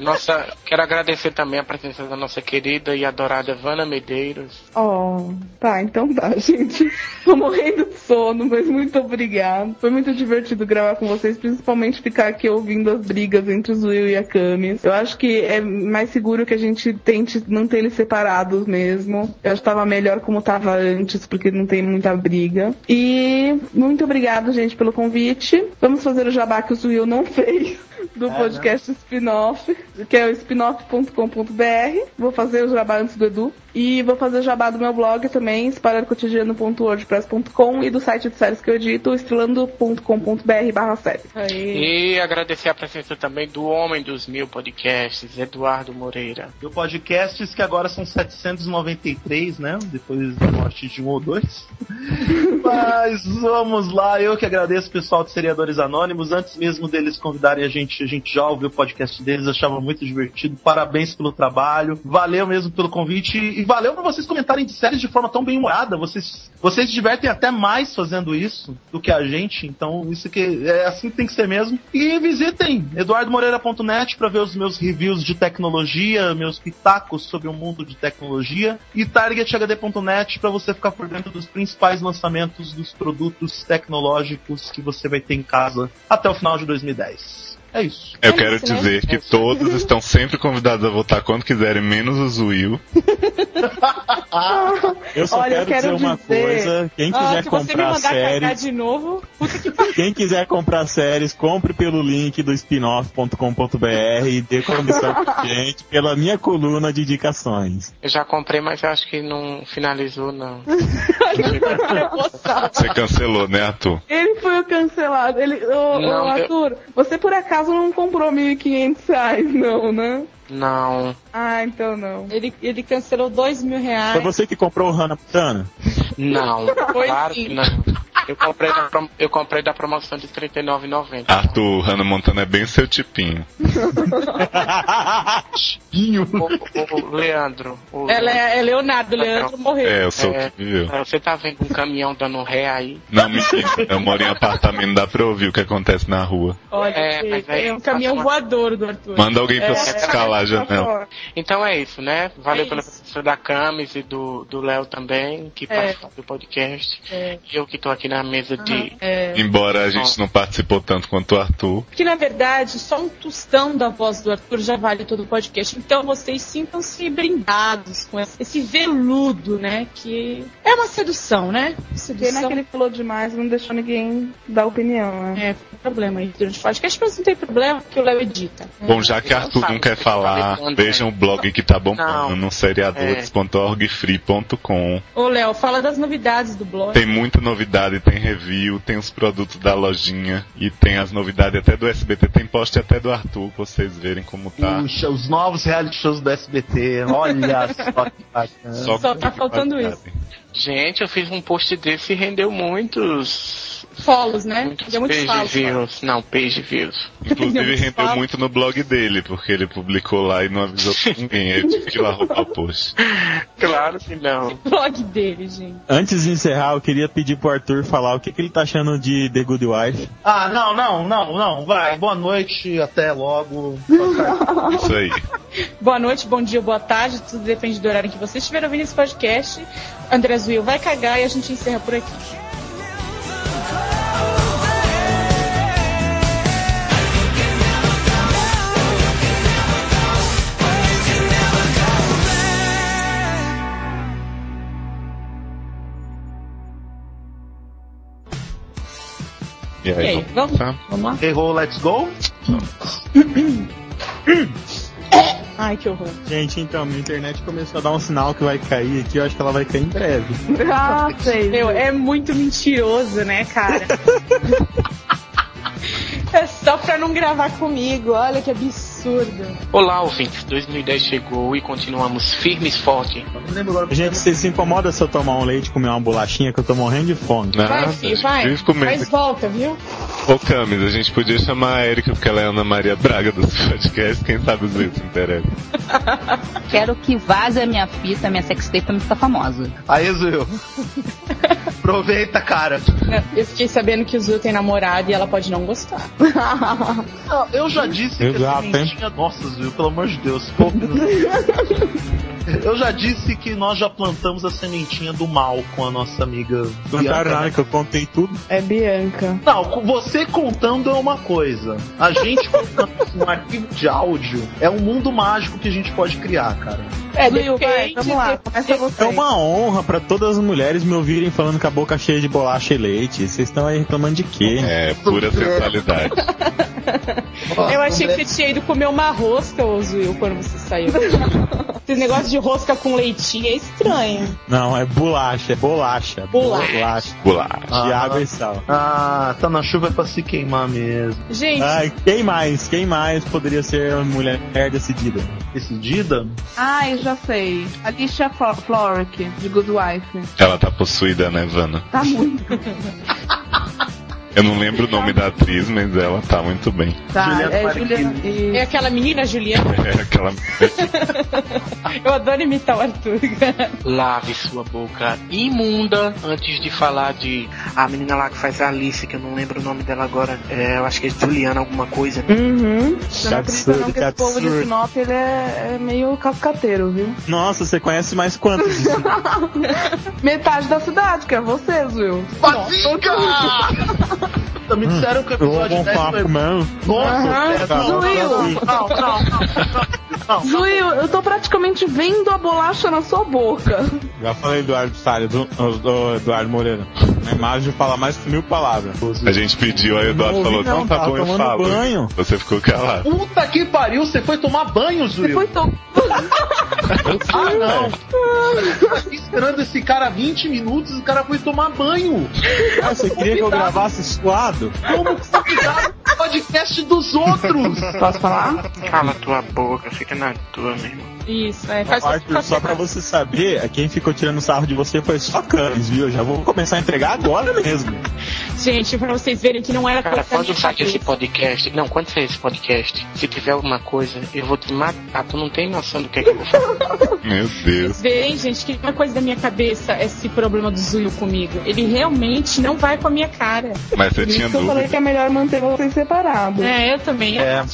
Nossa, quero agradecer também a presença da nossa querida e adorada Vana Medeiros. Oh, tá, então tá, gente. Tô morrendo de sono, mas muito obrigado. Foi muito divertido gravar com vocês, principalmente ficar aqui ouvindo as brigas entre o Zuil e a Camis. Eu acho que é mais seguro que a gente tente manter eles separados mesmo. Eu acho que tava melhor como tava antes, porque não tem muita briga. E muito obrigado, gente, pelo convite. Vamos fazer o jabá que o Zuil não fez. É, do né? podcast spin-off, que é o spinoff.com.br. Vou fazer o jabá antes do Edu. E vou fazer o jabá do meu blog também, espalharcotidiano.wordpress.com e do site de séries que eu edito, estrelando.com.br barra séries. E agradecer a presença também do homem dos mil podcasts, Eduardo Moreira. Do podcasts que agora são 793, né? Depois da morte de um ou dois. Mas vamos lá, eu que agradeço o pessoal de Seriadores Anônimos. Antes mesmo deles convidarem a gente, a gente já ouviu o podcast deles, achava muito divertido. Parabéns pelo trabalho. Valeu mesmo pelo convite. E valeu pra vocês comentarem de séries de forma tão bem humorada. Vocês, vocês se divertem até mais fazendo isso do que a gente. Então, isso que é assim que tem que ser mesmo. E visitem eduardomoreira.net pra ver os meus reviews de tecnologia, meus pitacos sobre o mundo de tecnologia. E targethd.net pra você ficar por dentro dos principais lançamentos dos produtos tecnológicos que você vai ter em casa até o final de 2010. É isso. Eu quero né? dizer É que todos estão sempre convidados a votar quando quiserem, menos o Zuil. Eu só Olha, eu quero quero, dizer, uma dizer- coisa, quem Ah, quiser se você me comprar mandar cagar séries, de novo, quem quiser comprar séries, compre pelo link do spinoff.com.br e dê comissão pra gente pela minha coluna de indicações. Eu já comprei, mas eu acho que não finalizou, não. Você cancelou, né, Arthur? Ele foi o cancelado. Ele, ô, Não, ô, eu- Arthur, você por acaso não comprou 1.500 reais, não, né? Não. Ah, então não. Ele, ele cancelou dois mil reais. Foi você que comprou o Hannah Montana? Não, Foi claro sim. que não. Eu comprei, da prom- eu comprei da promoção de R$ 39,90. Arthur, Hannah Montana é bem seu tipinho. Pinho. O, o Leandro. o Ela é, é Leonardo, Leandro morreu. É, eu sou o que viveu. é, Você tá vendo um caminhão dando ré aí? Não, mentira. Eu moro em apartamento, dá pra ouvir o que acontece na rua. Olha, É, mas aí- é um caminhão voador do Arthur. É. Manda alguém pra escalar a janela. Então é isso, né? Valeu pela presença da Camis e do do Léo também, que É. participou do podcast. É. E eu que tô aqui na mesa de. É. Embora a gente não participou tanto quanto o Arthur. Que na verdade, só um tostão da voz do Arthur já vale todo o podcast. Então vocês sintam-se brindados com esse esse veludo, né? Que é uma sedução, né? Pena Sedução. que ele falou demais e não deixou ninguém dar opinião, né? É, foi um problema aí durante o podcast, mas não tem problema, porque o Léo edita. Bom, já que Arthur não quer falar, vejam o blog que tá bombando no É. seriadores.orgfree.com. Ô, Léo, fala das novidades do blog. Tem muita novidade, tem review, tem os produtos da lojinha e tem as novidades até do SBT, tem post até do Arthur, pra vocês verem como tá. Puxa, os novos reality shows do SBT. Olha só que bacana. Só Só tá faltando isso. Gente, eu fiz um post desse e rendeu muitos. Folos, né? Deu muitos Page falos. views. Não, page views. Inclusive Deus, rendeu fala. muito no blog dele, porque ele publicou lá e não avisou pra ninguém. Eu tive que ir lá roubar o post. Claro que não. blog dele, gente. Antes de encerrar, eu queria pedir pro Arthur falar o que, que ele tá achando de The Good Wife. Ah, não, não, não, não. Vai. Boa noite, até logo. Boa tarde. Isso aí. Boa noite, bom dia, boa tarde. Tudo depende do horário em que você estiver ouvindo esse podcast. André Zuil vai cagar e a gente encerra por aqui. E E aí, vamos? Tá. Vamos lá? Errou, let's go? Ai, que horror. Gente, então, minha internet começou a dar um sinal que vai cair aqui, eu acho que ela vai cair em breve. Ah, Meu, é muito mentiroso, né, cara? é só pra não gravar comigo, olha que absurdo. Olá, ouvintes. 2010 chegou e continuamos firmes e fortes. Gente, vocês se incomodam se eu tomar um leite e comer uma bolachinha que eu tô morrendo de fome. Vai, filho, vai. vive comendo Mas aqui. volta, viu? Ô Camis, a gente podia chamar a Erika, porque ela é a Ana Maria Braga dos podcasts, quem sabe os vídeos se interessa. Quero que vaze a minha fita, minha sextape pra mim ficar famosa. Aí, Zuil. Aproveita, cara. Eu fiquei sabendo que o Zul tem namorada e ela pode não gostar. Não, Eu já disse que Exato, essa mentinha. Nossa, Zil, pelo amor de Deus. pô. Eu já disse que nós já plantamos a sementinha do mal com a nossa amiga. Bianca, Plantaram nada, né? que eu contei tudo. É Bianca. Não, com- você contando é uma coisa. A gente contando um arquivo de áudio é um mundo mágico que a gente pode criar, cara. É, Will, vai, vamos lá, começa você. É uma honra pra todas as mulheres me ouvirem falando com a boca cheia de bolacha e leite. Vocês estão aí reclamando de quê? É, pura sensualidade. Eu achei que você tinha ido comer uma rosca, ô Zuil, quando você saiu. Esse negócio de rosca com leitinho é estranho. Não, é bolacha, é bolacha. Bolacha. Bolacha. De água e sal. Ah, tá na chuva é pra se queimar mesmo. Gente. Ai, quem mais? Quem mais poderia ser uma mulher decidida? Decidida? Ai, já sei. Alicia Flo- Florrick, de Good Wife. Ela tá possuída, né, Vanna? Tá muito. Eu não lembro o nome da atriz, mas ela tá muito bem. Tá, Juliana é Clark Juliana. É aquela menina, Juliana. É aquela. Eu adoro imitar o Arthur. cara. Lave sua boca imunda antes de falar de a menina lá que faz a Alice, que eu não lembro o nome dela agora. É, eu acho que é Juliana alguma coisa. né? Uhum. Você não acredita não absurdo, que que esse povo de absurdo. Sinop ele é, é meio cascateiro, viu? Nossa, você conhece mais quantos? Metade da cidade, que é você, Will. Hum, Me Hum, disseram que o episódio 10 foi... né? Nossa, é cara. é, Zuil! um Não, não, não. Zuil, eu tô praticamente vendo a bolacha na sua boca. Já falei Eduardo Salles, do, do Eduardo Moreira. A imagem fala mais que mil palavras. A gente pediu, aí o Eduardo Não falou: ouvi, não, não, tá tava bom, eu tomando falo. banho. Você ficou calado. Puta que pariu, você foi tomar banho, Zuil? Foi tão. Ah, não. Eu tava esperando esse cara há 20 minutos e o cara foi tomar banho. Ah, você queria que eu gravasse suado? Como convidado no podcast dos outros. Posso falar? Cala tua boca, fica na tua, meu irmão. Isso, é. Faz Arthur, só pra você saber, é quem ficou tirando sarro de você foi só Camis, viu? Eu já vou começar a entregar agora mesmo. Gente, pra vocês verem que não era Cara, coisa da quando minha sair esse cabeça. podcast, não, quando sair esse podcast, se tiver alguma coisa, eu vou te matar. Tu não tem noção do que é que eu vou fazer. Meu Deus. Verem, gente, que uma coisa da minha cabeça é esse problema do Zuil comigo. Ele realmente não vai com a minha cara. Mas você Por isso tinha que é eu falei dúvida. que é melhor manter vocês separados. É, eu também. É.